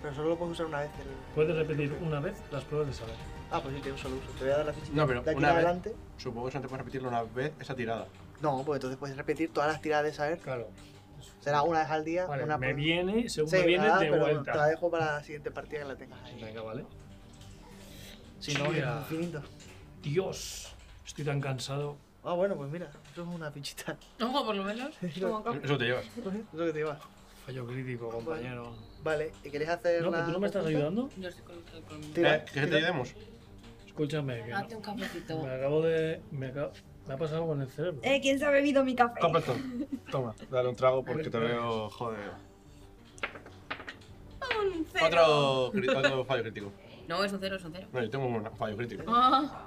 [SPEAKER 2] Pero solo lo puedes usar una vez. El...
[SPEAKER 5] Puedes repetir una vez las pruebas de saber.
[SPEAKER 2] Ah, pues sí, tiene un solo uso. Te voy a dar la fichita
[SPEAKER 3] No, pero
[SPEAKER 2] de aquí
[SPEAKER 3] una
[SPEAKER 2] en
[SPEAKER 3] vez.
[SPEAKER 2] adelante.
[SPEAKER 3] Supongo que solamente puedes repetirlo una vez esa tirada.
[SPEAKER 2] No, pues entonces puedes repetir todas las tiradas de saber.
[SPEAKER 5] Claro.
[SPEAKER 2] Será una vez al día.
[SPEAKER 5] Vale,
[SPEAKER 2] una
[SPEAKER 5] me
[SPEAKER 2] por-
[SPEAKER 5] viene, según
[SPEAKER 2] Sí,
[SPEAKER 5] me viene,
[SPEAKER 2] nada,
[SPEAKER 5] de
[SPEAKER 2] pero bueno,
[SPEAKER 5] vuelta.
[SPEAKER 2] te la dejo para la siguiente partida que la tengas ahí.
[SPEAKER 5] Venga, vale.
[SPEAKER 2] Si no,
[SPEAKER 5] Chía.
[SPEAKER 2] es infinito.
[SPEAKER 5] Dios, estoy tan cansado.
[SPEAKER 2] Ah, bueno, pues mira, eso es una fichita.
[SPEAKER 4] Ojo, por lo menos.
[SPEAKER 6] Como
[SPEAKER 2] eso
[SPEAKER 6] acá-
[SPEAKER 3] Eso te llevas.
[SPEAKER 2] es lo que te lleva.
[SPEAKER 5] Fallo crítico, compañero.
[SPEAKER 2] Vale, ¿y queréis hacer
[SPEAKER 5] No,
[SPEAKER 2] la
[SPEAKER 5] pero tú no me estás
[SPEAKER 2] conjunta?
[SPEAKER 5] ayudando.
[SPEAKER 7] Yo estoy con, con- con-
[SPEAKER 2] Tira,
[SPEAKER 3] Eh, ¿Quieres que te
[SPEAKER 2] tira.
[SPEAKER 3] ayudemos?
[SPEAKER 5] Escúchame,
[SPEAKER 4] Ah,
[SPEAKER 5] que no.
[SPEAKER 7] Hazte un cafecito.
[SPEAKER 5] me acabo de. Me, acabo- me ha pasado algo en el cerebro.
[SPEAKER 6] Eh, ¿quién se ha bebido mi café?
[SPEAKER 3] Completón. Toma, dale un trago porque te veo joder. Otro, cri- otro fallo crítico.
[SPEAKER 7] No, es un cero, es un cero.
[SPEAKER 3] No, yo tengo un fallo crítico.
[SPEAKER 7] Ah,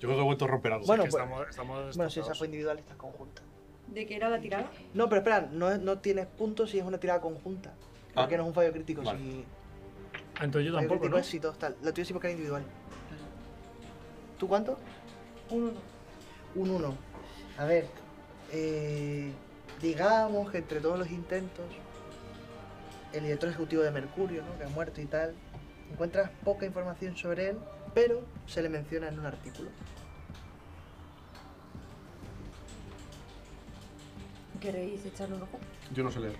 [SPEAKER 3] Yo creo que he vuelto a romper algo.
[SPEAKER 2] Bueno,
[SPEAKER 5] Que
[SPEAKER 2] pues-
[SPEAKER 5] estamos, estamos
[SPEAKER 2] Bueno, si esa
[SPEAKER 5] destrozados.
[SPEAKER 2] fue individual, esta es conjunta.
[SPEAKER 6] ¿De qué era la tirada?
[SPEAKER 2] No, pero espera, no, no tienes puntos si es una tirada conjunta.
[SPEAKER 3] Ah.
[SPEAKER 2] Porque no es un fallo crítico.
[SPEAKER 3] Vale.
[SPEAKER 2] Si
[SPEAKER 5] Ah, Entonces yo
[SPEAKER 2] fallo
[SPEAKER 5] tampoco,
[SPEAKER 2] crítico
[SPEAKER 5] ¿no?
[SPEAKER 2] es si todos tal. La tuya sí porque era individual. ¿Tú cuánto?
[SPEAKER 6] Un uno.
[SPEAKER 2] Un 1. A ver, eh, digamos que entre todos los intentos, el director ejecutivo de Mercurio, ¿no? que ha muerto y tal, encuentras poca información sobre él, pero se le menciona en un artículo.
[SPEAKER 6] ¿Queréis echarle un ojo?
[SPEAKER 3] Yo no sé leer.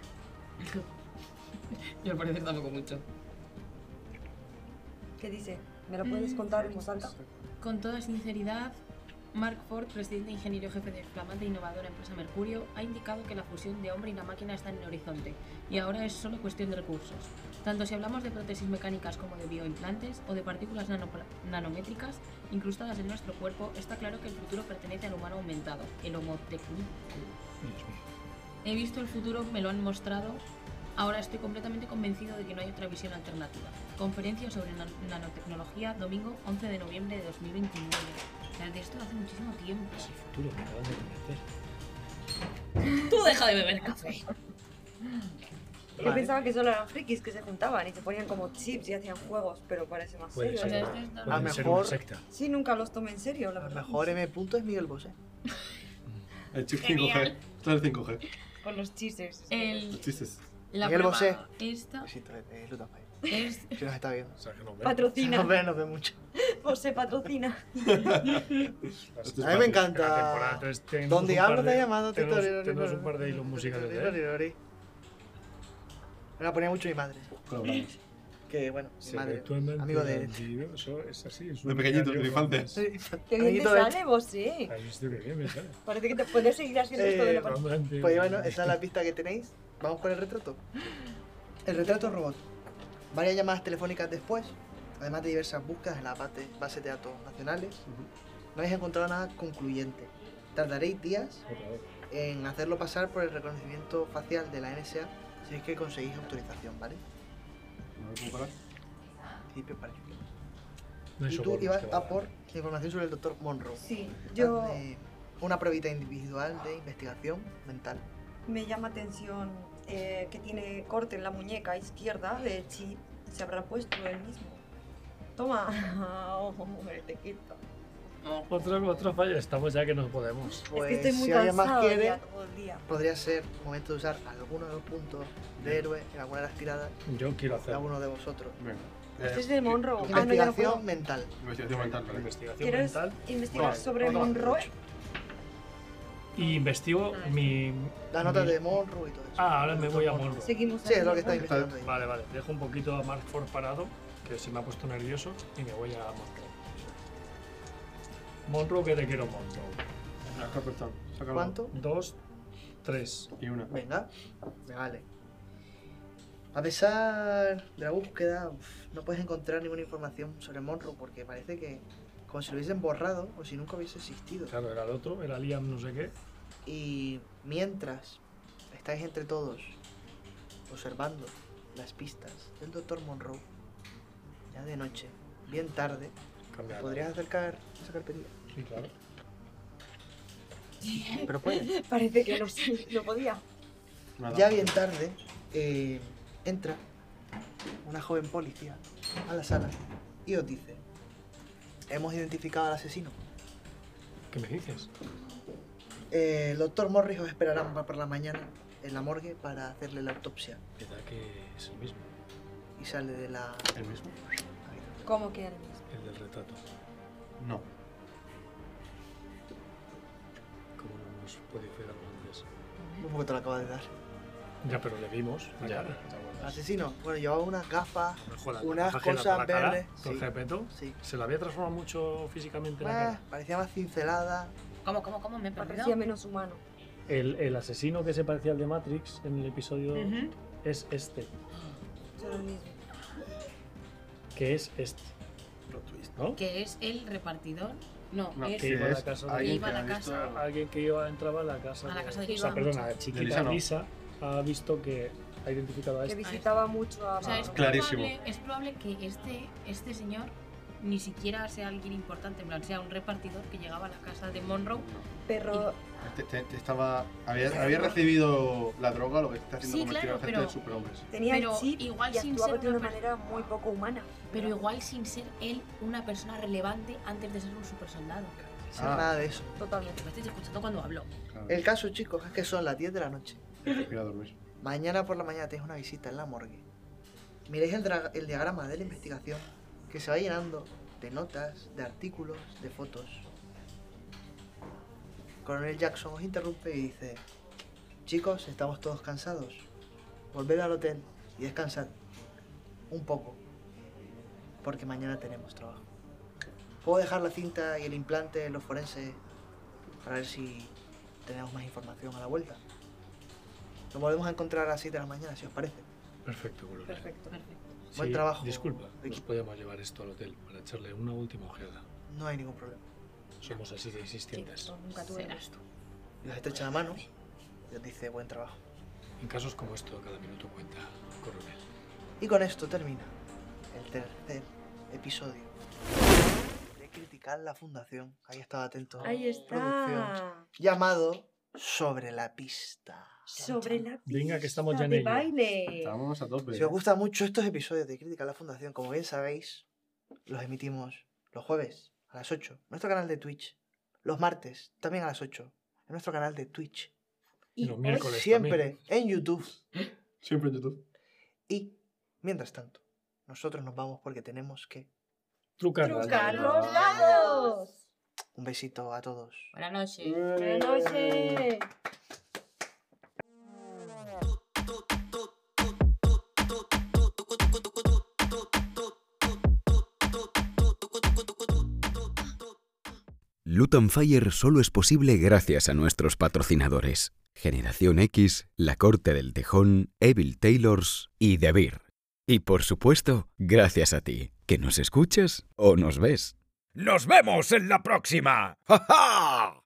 [SPEAKER 7] yo al parecer tampoco mucho.
[SPEAKER 6] ¿Qué dice? ¿Me lo puedes contar en voz alta?
[SPEAKER 4] Con toda sinceridad, Mark Ford, presidente e ingeniero jefe de flamante e innovadora empresa Mercurio, ha indicado que la fusión de hombre y la máquina está en el horizonte y ahora es solo cuestión de recursos. Tanto si hablamos de prótesis mecánicas como de bioimplantes o de partículas nanopla- nanométricas incrustadas en nuestro cuerpo, está claro que el futuro pertenece al humano aumentado, el Homo tecni. He visto el futuro, me lo han mostrado. Ahora estoy completamente convencido de que no hay otra visión alternativa. Conferencia sobre nan- nanotecnología, domingo 11 de noviembre de 2029. O sea, de esto hace muchísimo tiempo.
[SPEAKER 5] Es el futuro, me acaban de convencer.
[SPEAKER 4] Tú deja de beber café.
[SPEAKER 6] Yo
[SPEAKER 2] Vale.
[SPEAKER 6] pensaba que solo eran frikis que se juntaban y se ponían como chips y hacían juegos, pero parece más
[SPEAKER 5] Puede
[SPEAKER 6] serio.
[SPEAKER 5] ser.
[SPEAKER 6] ¿eh?
[SPEAKER 7] esto es normal.
[SPEAKER 2] A
[SPEAKER 5] Pueden
[SPEAKER 2] lo
[SPEAKER 5] ser una
[SPEAKER 2] mejor-
[SPEAKER 5] secta.
[SPEAKER 6] Sí, nunca los tomé en serio, la
[SPEAKER 2] A lo
[SPEAKER 6] verdad.
[SPEAKER 2] mejor M. Punto es Miguel Bosé.
[SPEAKER 3] El chip
[SPEAKER 7] Genial.
[SPEAKER 3] 5G. Esto es el 5G.
[SPEAKER 7] Con los chistes.
[SPEAKER 3] Los
[SPEAKER 4] El,
[SPEAKER 3] chistes.
[SPEAKER 4] la
[SPEAKER 2] Miguel
[SPEAKER 4] prueba
[SPEAKER 2] Bosé.
[SPEAKER 4] esta
[SPEAKER 2] Sí, te- te- lo tapas.
[SPEAKER 4] es
[SPEAKER 2] Si nos está viendo.
[SPEAKER 5] O sea, que no veo.
[SPEAKER 2] Nos
[SPEAKER 6] Patrocina,
[SPEAKER 2] ve, nos ve mucho.
[SPEAKER 6] José, patrocina.
[SPEAKER 5] Las-
[SPEAKER 3] Esto es
[SPEAKER 2] A mí me
[SPEAKER 3] fácil.
[SPEAKER 2] encanta.
[SPEAKER 5] La temporada tres tenemos
[SPEAKER 2] Don
[SPEAKER 5] un
[SPEAKER 2] Diablo
[SPEAKER 5] par
[SPEAKER 2] está
[SPEAKER 5] de-
[SPEAKER 2] llamando.
[SPEAKER 5] tenemos-
[SPEAKER 2] titoriro,
[SPEAKER 5] Tenemos
[SPEAKER 2] titoriro,
[SPEAKER 5] un par de hilos musicales ¿eh? de él.
[SPEAKER 2] titoriro, titoriro. Me la ponía mucho mi madre.
[SPEAKER 3] Colaboramos.
[SPEAKER 2] Que bueno, mi
[SPEAKER 5] Se
[SPEAKER 2] madre.
[SPEAKER 5] ve tu mente
[SPEAKER 2] Amigo de él.
[SPEAKER 5] bandido, Eso es así. Es
[SPEAKER 3] De pequeñito, de infancia.
[SPEAKER 2] Sí. pues,
[SPEAKER 6] Qué bien te
[SPEAKER 2] Amiguito de-
[SPEAKER 6] sale, vos, sí.
[SPEAKER 5] Ahí estoy bien, me sale.
[SPEAKER 6] Parece que te puedes seguir haciendo esto de la
[SPEAKER 2] Eh,
[SPEAKER 6] partida.
[SPEAKER 2] Pues bueno, esa es la pista que tenéis. Vamos con el retrato. El retrato robot. Varias llamadas telefónicas después, además de diversas búsquedas en la base, base de datos nacionales, no habéis encontrado nada concluyente. Tardaréis días
[SPEAKER 5] Otra vez.
[SPEAKER 2] en hacerlo pasar por el reconocimiento facial de la NSA si es que conseguís autorización, ¿vale?
[SPEAKER 3] ¿No lo puedo parar?
[SPEAKER 2] En principio parece que no.
[SPEAKER 5] No hay
[SPEAKER 2] Y tú
[SPEAKER 5] sobornos
[SPEAKER 2] ibas
[SPEAKER 5] que
[SPEAKER 2] a
[SPEAKER 5] valgan.
[SPEAKER 2] por la información sobre el doctor Monroe.
[SPEAKER 6] Sí, yo
[SPEAKER 2] Hazme Una pruebita individual de investigación mental.
[SPEAKER 6] me llama atención eh, que tiene corte en la muñeca izquierda de chip. Se habrá puesto él mismo. Toma, ojo, mujer, te quito.
[SPEAKER 5] Otro, otro fallo, estamos ya que no podemos.
[SPEAKER 6] es que estoy muy
[SPEAKER 2] Pues si alguien más
[SPEAKER 6] cansado
[SPEAKER 2] quiere,
[SPEAKER 6] ya todo el día.
[SPEAKER 2] podría ser momento de usar alguno de los puntos de héroe en alguna de las tiradas
[SPEAKER 5] Yo quiero
[SPEAKER 2] de
[SPEAKER 5] hacer
[SPEAKER 2] alguno de vosotros.
[SPEAKER 3] Venga.
[SPEAKER 6] Este es
[SPEAKER 3] Eh,
[SPEAKER 6] de Monroe. Ah, no, ya no
[SPEAKER 2] Investigación
[SPEAKER 6] puedo.
[SPEAKER 2] mental.
[SPEAKER 3] Investigación mental.
[SPEAKER 5] una
[SPEAKER 3] vale.
[SPEAKER 5] investigación
[SPEAKER 6] ¿Quieres
[SPEAKER 5] mental
[SPEAKER 6] investigar
[SPEAKER 3] Vale,
[SPEAKER 6] sobre
[SPEAKER 3] no, no,
[SPEAKER 6] Monroe?
[SPEAKER 5] y investigo
[SPEAKER 6] Ah,
[SPEAKER 5] mi.
[SPEAKER 2] Las notas
[SPEAKER 5] mi-
[SPEAKER 2] de Monroe y todo eso.
[SPEAKER 5] Ah, ahora me voy a Monroe.
[SPEAKER 6] Seguimos.
[SPEAKER 2] Sí, es lo que está
[SPEAKER 6] haciendo
[SPEAKER 2] investigando ahí.
[SPEAKER 5] Vale, vale, dejo un poquito a Mark Ford parado, que se me ha puesto nervioso, y me voy a Monroe. Monroe, que te quiero, Monroe.
[SPEAKER 3] Ah, Copperton, sácalo.
[SPEAKER 2] ¿Cuánto?
[SPEAKER 5] Dos, tres.
[SPEAKER 3] Y una.
[SPEAKER 2] Venga, me vale. A pesar de la búsqueda, uf, no puedes encontrar ninguna información sobre Monroe porque parece que como si lo hubiesen borrado o si nunca hubiese existido.
[SPEAKER 5] Claro, era el otro, era Liam, no sé qué.
[SPEAKER 2] Y mientras estáis entre todos observando las pistas del doctor Monroe, ya de noche, bien tarde,
[SPEAKER 5] Cambiar.
[SPEAKER 2] podrías acercar esa carpetilla.
[SPEAKER 5] Sí, claro.
[SPEAKER 2] Pero puedes.
[SPEAKER 6] Parece que no, sé, no podía.
[SPEAKER 3] Nada.
[SPEAKER 2] Ya bien tarde, eh, entra una joven policía a la sala y os dice, hemos identificado al asesino.
[SPEAKER 5] ¿Qué me dices?
[SPEAKER 2] Eh, el doctor Morris os esperará ma- por la mañana en la morgue para hacerle la autopsia.
[SPEAKER 5] ¿Qué tal que es el mismo?
[SPEAKER 2] Y sale de la...
[SPEAKER 3] ¿El mismo?
[SPEAKER 6] ¿Cómo que el mismo?
[SPEAKER 5] El del retrato.
[SPEAKER 3] No.
[SPEAKER 5] Como no hemos podido ver antes.
[SPEAKER 2] Un poco te lo acaba de dar.
[SPEAKER 5] Ya, pero le vimos la
[SPEAKER 3] Ya,
[SPEAKER 5] cara.
[SPEAKER 3] ¿te acuerdas?
[SPEAKER 2] Asesino. Bueno, llevaba unas gafas.
[SPEAKER 5] No jodas,
[SPEAKER 2] Unas
[SPEAKER 5] ajena
[SPEAKER 2] cosas
[SPEAKER 5] a la cara,
[SPEAKER 2] verdes,
[SPEAKER 5] Con
[SPEAKER 2] sí.
[SPEAKER 5] Gepetto.
[SPEAKER 2] Sí.
[SPEAKER 5] ¿Se la había transformado mucho físicamente la
[SPEAKER 2] Bah,
[SPEAKER 4] Ah.
[SPEAKER 5] cara?
[SPEAKER 2] parecía más cincelada.
[SPEAKER 4] ¿Cómo, cómo, cómo? ¿Me he perdido?
[SPEAKER 6] Parecía menos humano.
[SPEAKER 9] El, el asesino que se parecía al de Matrix en el episodio
[SPEAKER 4] Ujú.
[SPEAKER 9] es este.
[SPEAKER 6] Son el mismo.
[SPEAKER 9] Que es este.
[SPEAKER 3] Plot twist.
[SPEAKER 9] ¿No?
[SPEAKER 4] Que es el repartidor. No,
[SPEAKER 3] No,
[SPEAKER 4] es
[SPEAKER 9] que iba a la
[SPEAKER 3] es
[SPEAKER 9] casa de-
[SPEAKER 3] alguien
[SPEAKER 4] Iba
[SPEAKER 3] que
[SPEAKER 4] Este a la
[SPEAKER 3] ha visto
[SPEAKER 4] casa.
[SPEAKER 9] Alguien que iba, entraba a la casa.
[SPEAKER 4] A la
[SPEAKER 9] de-
[SPEAKER 4] casa de que
[SPEAKER 9] o sea,
[SPEAKER 4] iba
[SPEAKER 9] perdona,
[SPEAKER 4] mucho.
[SPEAKER 9] chiquita
[SPEAKER 3] De
[SPEAKER 9] Lisa,
[SPEAKER 3] Lisa no.
[SPEAKER 9] ha visto que ha identificado a
[SPEAKER 6] Que
[SPEAKER 9] este.
[SPEAKER 6] visitaba mucho a...
[SPEAKER 4] O sea, es
[SPEAKER 3] Clarísimo.
[SPEAKER 4] Probable, es probable que este, este señor ni siquiera sea alguien importante, en plan, sea un repartidor que llegaba a la casa de Monroe.
[SPEAKER 6] Pero
[SPEAKER 3] Te- te- te estaba, había, había recibido la droga, lo que te está haciendo
[SPEAKER 4] Sí,
[SPEAKER 3] convertir
[SPEAKER 4] claro,
[SPEAKER 3] a la gente
[SPEAKER 4] pero-
[SPEAKER 3] en superhombres.
[SPEAKER 6] tenía
[SPEAKER 4] Pero
[SPEAKER 6] el chip
[SPEAKER 4] igual
[SPEAKER 6] y
[SPEAKER 4] sin
[SPEAKER 6] actuaba
[SPEAKER 4] ser
[SPEAKER 6] de una
[SPEAKER 4] una per-
[SPEAKER 6] manera muy poco humana.
[SPEAKER 4] Pero igual sin ser él una persona relevante antes de ser un supersoldado.
[SPEAKER 2] sin
[SPEAKER 3] Ah.
[SPEAKER 2] Nada de eso.
[SPEAKER 6] Totalmente.
[SPEAKER 4] Me estáis escuchando cuando hablo.
[SPEAKER 3] Claro,
[SPEAKER 2] El caso, chicos, es que son las 10 de la noche.
[SPEAKER 3] te quiero dormir.
[SPEAKER 2] Mañana por la mañana tenéis una visita en la morgue. Miréis el, dra- el diagrama de la investigación que se va llenando de notas, de artículos, de fotos. Coronel Jackson os interrumpe y dice, chicos, estamos todos cansados. Volved al hotel y descansad un poco, porque mañana tenemos trabajo. Puedo dejar la cinta y el implante en los forenses para ver si tenemos más información a la vuelta. Nos volvemos a encontrar a las 7 de la mañana, si os parece.
[SPEAKER 5] Perfecto, Colonel.
[SPEAKER 6] Perfecto.
[SPEAKER 5] Sí,
[SPEAKER 2] Buen trabajo.
[SPEAKER 5] Disculpa, nos
[SPEAKER 2] equipo.
[SPEAKER 5] podíamos llevar esto al hotel para echarle una última ojeada.
[SPEAKER 2] No hay ningún problema.
[SPEAKER 5] Somos así de insistentes.
[SPEAKER 6] Nunca tuve
[SPEAKER 4] Serás tú.
[SPEAKER 2] Y os estrecha la mano y os dice buen trabajo.
[SPEAKER 5] En casos como esto, cada minuto cuenta, coronel.
[SPEAKER 2] Y con esto termina el tercer episodio de Criticar la Fundación. Ahí estaba atento.
[SPEAKER 6] Ahí está.
[SPEAKER 2] Producción. Llamado Sobre la Pista.
[SPEAKER 6] Sobre la
[SPEAKER 5] Venga, que estamos ya
[SPEAKER 6] pista
[SPEAKER 5] en
[SPEAKER 6] de
[SPEAKER 5] ello.
[SPEAKER 6] baile.
[SPEAKER 3] Estábamos a tope.
[SPEAKER 2] Si os gustan mucho estos episodios de Crítica a la Fundación, como bien sabéis, los emitimos los jueves a las 8 en nuestro canal de Twitch, los martes también a las 8 en nuestro canal de Twitch,
[SPEAKER 6] Y
[SPEAKER 5] Los
[SPEAKER 6] hoy-
[SPEAKER 5] miércoles. Pues
[SPEAKER 2] siempre en YouTube.
[SPEAKER 3] Siempre en YouTube.
[SPEAKER 2] Y, mientras tanto, nosotros nos vamos porque tenemos que...
[SPEAKER 5] Trucarlo.
[SPEAKER 6] ¡Trucar los dados!
[SPEAKER 2] Un besito a todos.
[SPEAKER 4] Buenas noches.
[SPEAKER 6] Buenas noches.
[SPEAKER 1] Luton Fire solo es posible gracias a nuestros patrocinadores. Generación X, La Corte del Tejón, Evil Taylors y The Beer. Y por supuesto, gracias a ti, que nos escuchas o nos ves.
[SPEAKER 9] ¡Nos vemos en la próxima! ¡Ja, ja!